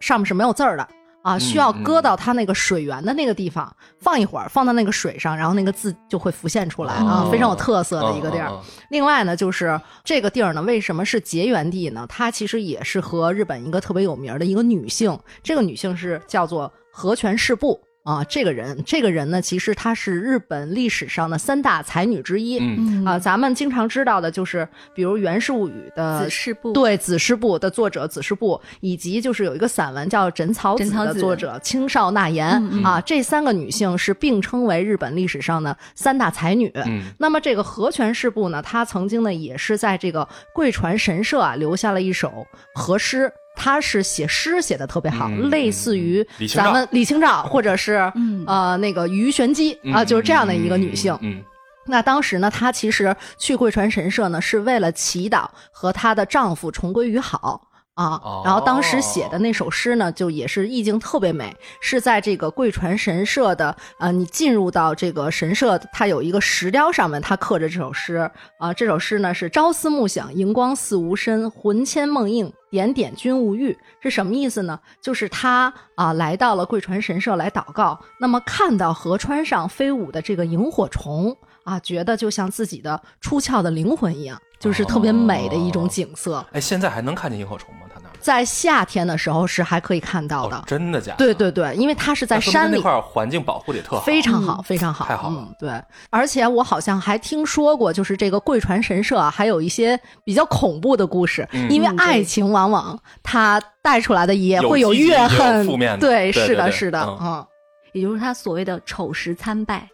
D: 上面是没有字儿的。
A: 嗯
D: 啊，需要搁到它那个水源的那个地方，放一会儿，放到那个水上，然后那个字就会浮现出来、
A: 哦
D: 啊，非常有特色的
A: 嗯
D: 一个地儿。
A: 嗯嗯
D: 另外呢，就是这个地儿呢，为什么是结缘地呢？它其实也是和日本一个特别有名儿的一个女性，这个女性是叫做和泉氏部啊。这个人，这个人呢，其实她是日本历史上的三大才女之一。
A: 嗯
B: 嗯
D: 啊，咱们经常知道的就是，比如《源氏物语》的
B: 子氏部
D: 对《子氏部》的作者子氏部，以及就是有一个散文叫《枕草子
B: 枕》草
D: 的
B: 子
D: 作者青少纳言
B: 嗯嗯
D: 啊，这三个女性是并称为日本历史上的三大才女。
A: 嗯
D: 那么这个和泉氏部呢，他曾经呢也是在这个贵船神社啊留下了一首和诗。他是写诗写的特别好，
A: 嗯
D: 类似于
A: 李清照
D: 咱们李清照或者是、
B: 嗯
D: 呃那个鱼玄机
A: 嗯
D: 啊，就是这样的一个女性。
A: 嗯
D: 那当时呢，她其实去贵船神社呢，是为了祈祷和她的丈夫重归于好。
A: 哦
D: 啊。然后当时写的那首诗呢，就也是意境特别美，是在这个贵船神社的呃，你进入到这个神社，它有一个石雕上面，它刻着这首诗啊、这首诗呢是“朝思暮想，荧光似无声，魂牵梦萦，点点君无欲”，是什么意思呢？就是他啊、来到了贵船神社来祷告，那么看到河川上飞舞的这个萤火虫啊，觉得就像自己的出窍的灵魂一样，就是特别
A: 哦
D: 美的一种景色。
A: 哎，现在还能看见萤火虫吗？他那儿
D: 在夏天的时候是还可以看到的。
A: 哦，真的假的？
D: 对对对，因为它是在
A: 那说明
D: 山
A: 那
D: 里，
A: 块儿环境保护的也特好，
D: 非常好，非常好，
A: 太好了
D: 嗯。对，而且我好像还听说过，就是这个贵船神社啊，还有一些比较恐怖的故事，
A: 嗯
D: 因为
B: 嗯对
D: 爱情往往它带出来的也
A: 有
D: 会
A: 积极
D: 怨
A: 也有
D: 恨，
A: 负面的对
D: 对，是
A: 对对
D: 的，是的，
A: 嗯
D: 嗯
B: 也就是他所谓的丑时参拜，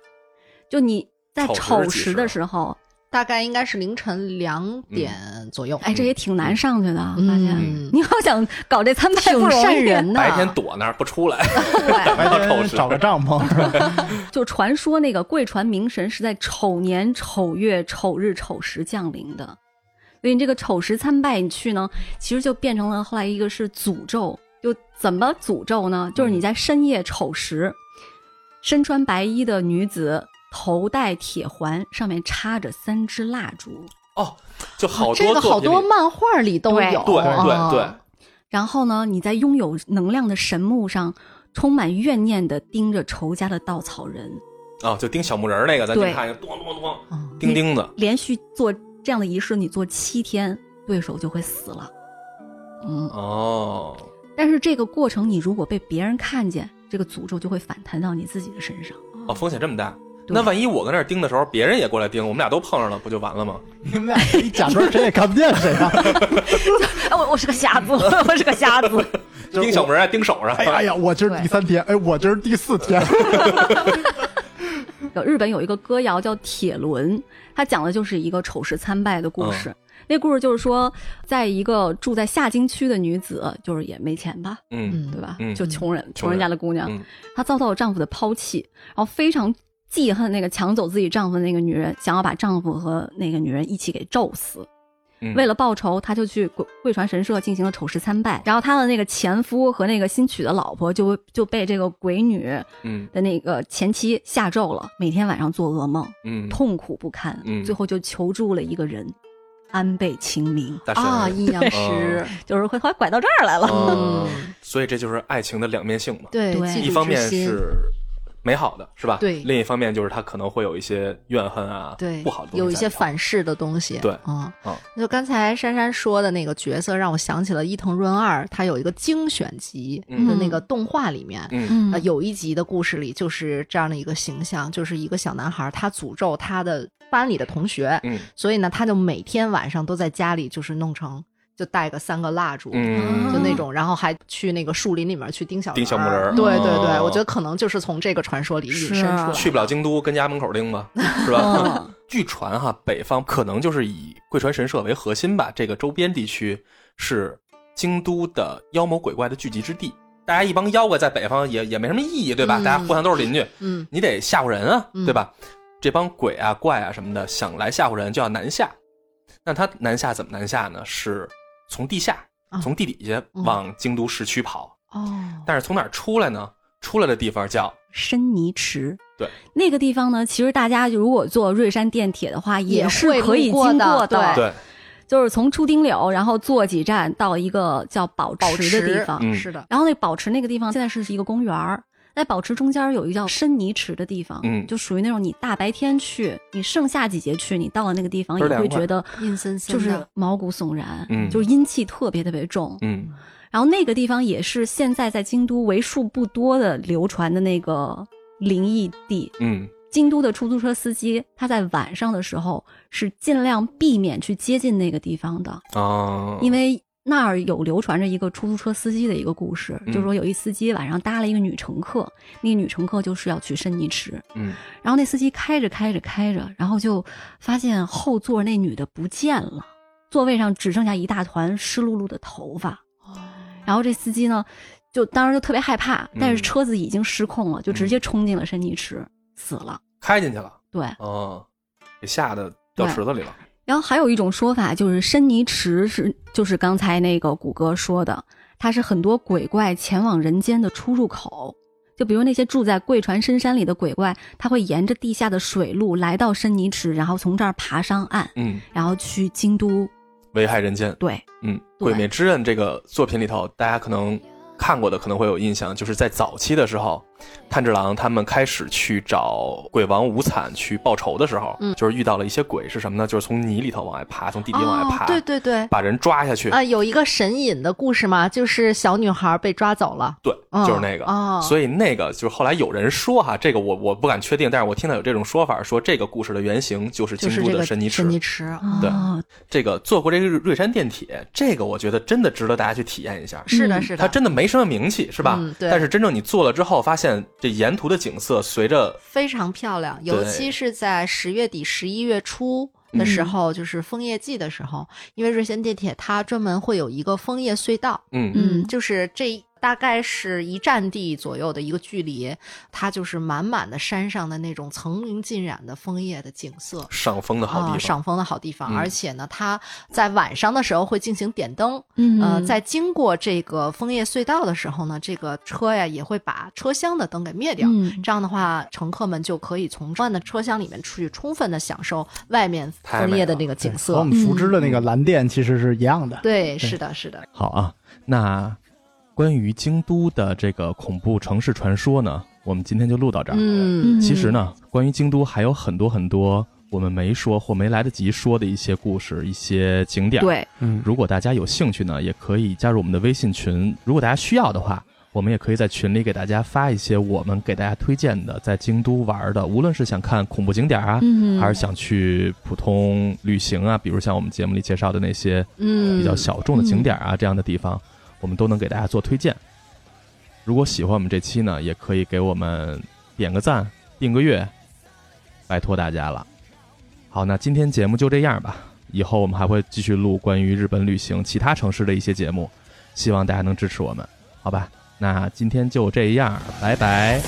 B: 就你在
A: 丑时
B: 丑
A: 几
B: 时
A: 时
B: 的
A: 啊
B: 时候，
D: 大概应该是凌晨两点左右，
B: 哎，这也挺难上去的，
D: 嗯
B: 发现
D: 嗯
B: 你要想搞这参拜不
D: 挺
B: 容易，
D: 瘆人 的。
A: 白天躲那儿不出来，
B: 对，
A: 到
C: 白
A: 丑
C: 天
A: 时
C: 找个帐篷，是吧
B: 就传说那个贵船明神是在丑年丑月丑日丑时降临的，所以你这个丑时参拜你去呢，其实就变成了后来一个是诅咒，就怎么诅咒呢？就是你在深夜丑时，身穿白衣的女子头戴铁环，上面插着三支蜡烛，
A: 哦，就好多
D: 这个
A: 作
D: 好
A: 品里
D: 多漫画里都
B: 对
D: 有，
A: 对对对
D: 啊，
B: 然后呢，你在拥有能量的神木上，充满怨念的盯着仇家的稻草人，
A: 啊，就盯小木人儿那个，咱去
B: 对
A: 看一个，咚咚咚，
D: 嗯
A: 叮叮的，
B: 连续做这样的仪式，你做七天，对手就会死了。嗯，
A: 哦，
B: 但是这个过程你如果被别人看见，这个诅咒就会反弹到你自己的身上。
D: 嗯
A: 哦，风险这么大。
B: 对
A: 那万一我跟那儿盯的时候，别人也过来盯，我们俩都碰上了，不就完了吗？
C: 你们俩一假装谁也看不见谁 啊！
B: 哎，我我是个瞎子，我是个瞎子。
C: 就是
A: 盯小木人还盯手上，
C: 哎呀哎呀，我今儿第三天，哎，我今儿第四天，
B: 有日本有一个歌谣叫《铁轮》，它讲的就是一个丑时参拜的故
A: 嗯
B: 事。那故事就是说，在一个住在下京区的女子，就是也没钱吧，
A: 嗯
B: 对吧？
A: 嗯
B: 就穷人，
A: 穷
B: 穷
A: 人
B: 人家的姑娘，
A: 嗯
B: 她遭到了丈夫的抛弃，然后非常记恨那个抢走自己丈夫的那个女人，想要把丈夫和那个女人一起给咒死。
A: 嗯，
B: 为了报仇，她就去贵贵船神社进行了丑时参拜，然后她的那个前夫和那个新娶的老婆就就被这个鬼女
A: 嗯
B: 的那个前妻下咒了，每天晚上做噩梦，
A: 嗯，
B: 痛苦不堪，
A: 嗯
B: 最后就求助了一个人，安倍晴明，
A: 大神
D: 啊，阴阳
A: 嗯
D: 师，
B: 就是 会会拐到这儿来了。
A: 嗯，所以这就是爱情的两面性嘛。
D: 对
B: 对，
D: 嫉妒
A: 一方面
D: 之心
A: 是美好的，是吧？
D: 对
A: 另一方面就是他可能会有一些怨恨啊，
D: 对，
A: 不好的东西
D: 有一些
A: 在里头
D: 反噬的东西。
A: 对
D: 啊、
A: 嗯
D: 就刚才珊珊说的那个角色，让我想起了伊藤润二，他有一个精选集的那个动画里面。
A: 嗯
B: 嗯
D: 呃，有一集的故事里就是这样的一个形象，就是一个小男孩，他诅咒他的班里的同学，
A: 嗯
D: 所以呢，他就每天晚上都在家里就是弄成就带个三个蜡烛，
A: 嗯，
D: 就那种，然后还去那个树林里面去盯小
A: 盯小木人
D: 人
A: 儿
D: 儿。对对对，
A: 哦啊
D: 我觉得可能就是从这个传说里引
B: 是
D: 申出来。
A: 去不了京都，跟家门口盯 吧，是吧？
B: 嗯
A: 据传哈，北方可能就是以贵船神社为核心吧，这个周边地区是京都的妖魔鬼怪的聚集之地。大家一帮妖怪在北方也也没什么意义，对吧？
D: 嗯
A: 大家互相都是邻居，
D: 嗯，
A: 你得吓唬人啊，
D: 嗯
A: 对吧？这帮鬼啊、怪啊什么的，想来吓唬人就要南下。那他南下怎么南下呢？是从地下
D: 啊，
A: 从地底下
D: 嗯
A: 往京都市区跑。
D: 哦，
A: 但是从哪儿出来呢？出来的地方叫
B: 深泥池。
A: 对，
B: 那个地方呢，其实大家如果坐瑞山电铁的话，
D: 也
B: 是
D: 会
B: 可以经
D: 路过的
B: 过的。
D: 对
A: 对，
B: 就是从出丁柳，然后坐几站到一个叫宝
D: 保
B: 池的地方。
A: 嗯
D: 是的，
B: 然后那宝池那个地方现在是一个公园儿，在宝池中间有一个叫深泥池的地方，
A: 嗯
B: 就属于那种你大白天去，你盛夏季节去，你到了那个地方
A: 倍儿
B: 也
A: 凉
B: 会
A: 快
B: 觉得
D: 阴森森
B: 就
D: 的
B: 是毛骨悚然，
A: 嗯
B: 就是阴气特别特别重。
A: 嗯
B: 然后那个地方也是现在在京都为数不多的流传的那个灵异地。
A: 嗯
B: 京都的出租车司机，他在晚上的时候是尽量避免去接近那个地方的，
A: 哦，
B: 因为那儿有流传着一个出租车司机的一个故事，
A: 嗯
B: 就是说有一司机晚上搭了一个女乘客，那个女乘客就是要去深泥池，
A: 嗯
B: 然后那司机开着开着开着，然后就发现后座那女的不见了，座位上只剩下一大团湿漉漉的头发。然后这司机呢，就当时就特别害怕，但是车子已经失控了，就直接冲进了深泥池，死了。
A: 开进去了，啊
B: 对，
A: 哦，给吓得掉池子里了。
B: 然后还有一种说法就是深泥池是就是刚才那个谷歌说的，它是很多鬼怪前往人间的出入口。就比如那些住在贵船深山里的鬼怪，他会沿着地下的水路来到深泥池，然后从这儿爬上岸，
A: 嗯，
B: 然后去京都。
A: 危害人间。
B: 对，
A: 嗯，《
B: 对
A: 鬼灭之刃》这个作品里头，大家可能看过的可能会有印象，就是在早期的时候，炭治郎他们开始去找鬼王无惨去报仇的时候，
D: 嗯
A: 就是遇到了一些鬼是什么呢？就是从泥里头往外爬，从地底往外爬，
D: 哦，对对对，
A: 把人抓下去。
D: 啊，有一个神隐的故事嘛，就是小女孩被抓走了，
A: 对，
D: 嗯
A: 就是那个。
D: 哦，
A: 所
D: 以
A: 以那个就是后来有人说哈，这个我我不敢确定，但是我听到有这种说法，说这个故事的原型就是
D: 就
A: 京
D: 是
A: 都
D: 这
A: 的
D: 个
A: 神
D: 神
A: 尼池。
D: 池，嗯
A: 对
B: 哦，
A: 这个坐过这个瑞瑞山电铁，这个我觉得真的值得大家去体验一下。
D: 是的，
B: 嗯
D: 是的，
A: 它真的没什么名气，是吧？
D: 嗯对
A: 但是真正你做了之后，发现这沿途的景色随着
D: 非常漂亮，尤其是在十月底、十一月初的
B: 嗯
D: 时候，就是枫叶季的时候，因为瑞仙地铁它专门会有一个枫叶隧道，
A: 嗯
B: 嗯
D: 就是这大概是一站地左右的一个距离，它就是满满的山上的那种层林尽染的枫叶的景色。
A: 上风的好地
D: 啊，
A: 方，
D: 赏枫的好地方，
A: 嗯
D: 而且呢，它在晚上的时候会进行点灯，
B: 嗯
D: 呃，在经过这个枫叶隧道的时候呢，这个车呀也会把车厢的灯给灭掉。
B: 嗯
D: 这样的话，乘客们就可以从转的车厢里面出去，充分的享受外面
A: 太美
D: 枫叶的
A: 了
D: 这个景
C: 和我
D: 色。嗯
C: 们熟知的那个蓝电其实是一样的。
D: 对，是的，是的。
E: 好啊，那关于京都的这个恐怖城市传说呢，我们今天就录到这儿。
D: 嗯，
E: 其实，呢，关于京都还有很多很多我们没说或没来得及说的一些故事、一些景点。，
B: 对，
C: 嗯，
E: 如果大家有兴趣呢，也可以加入我们的微信群。如果大家需要的话，我们也可以在群里给大家发一些我们给大家推荐的在京都玩的，无论是想看恐怖景点啊，
B: 嗯，
E: 还是想去普通旅行啊，比如像我们节目里介绍的那些
D: 嗯，
E: 比较小众的景点啊、这样的地方，我们都能给大家做推荐。如果喜欢我们这期呢，也可以给我们点个赞、订个阅，拜托大家了。好，那今天节目就这样吧。以后我们还会继续录关于日本旅行其他城市的一些节目，希望大家能支持我们，好吧？那今天就这样，拜拜。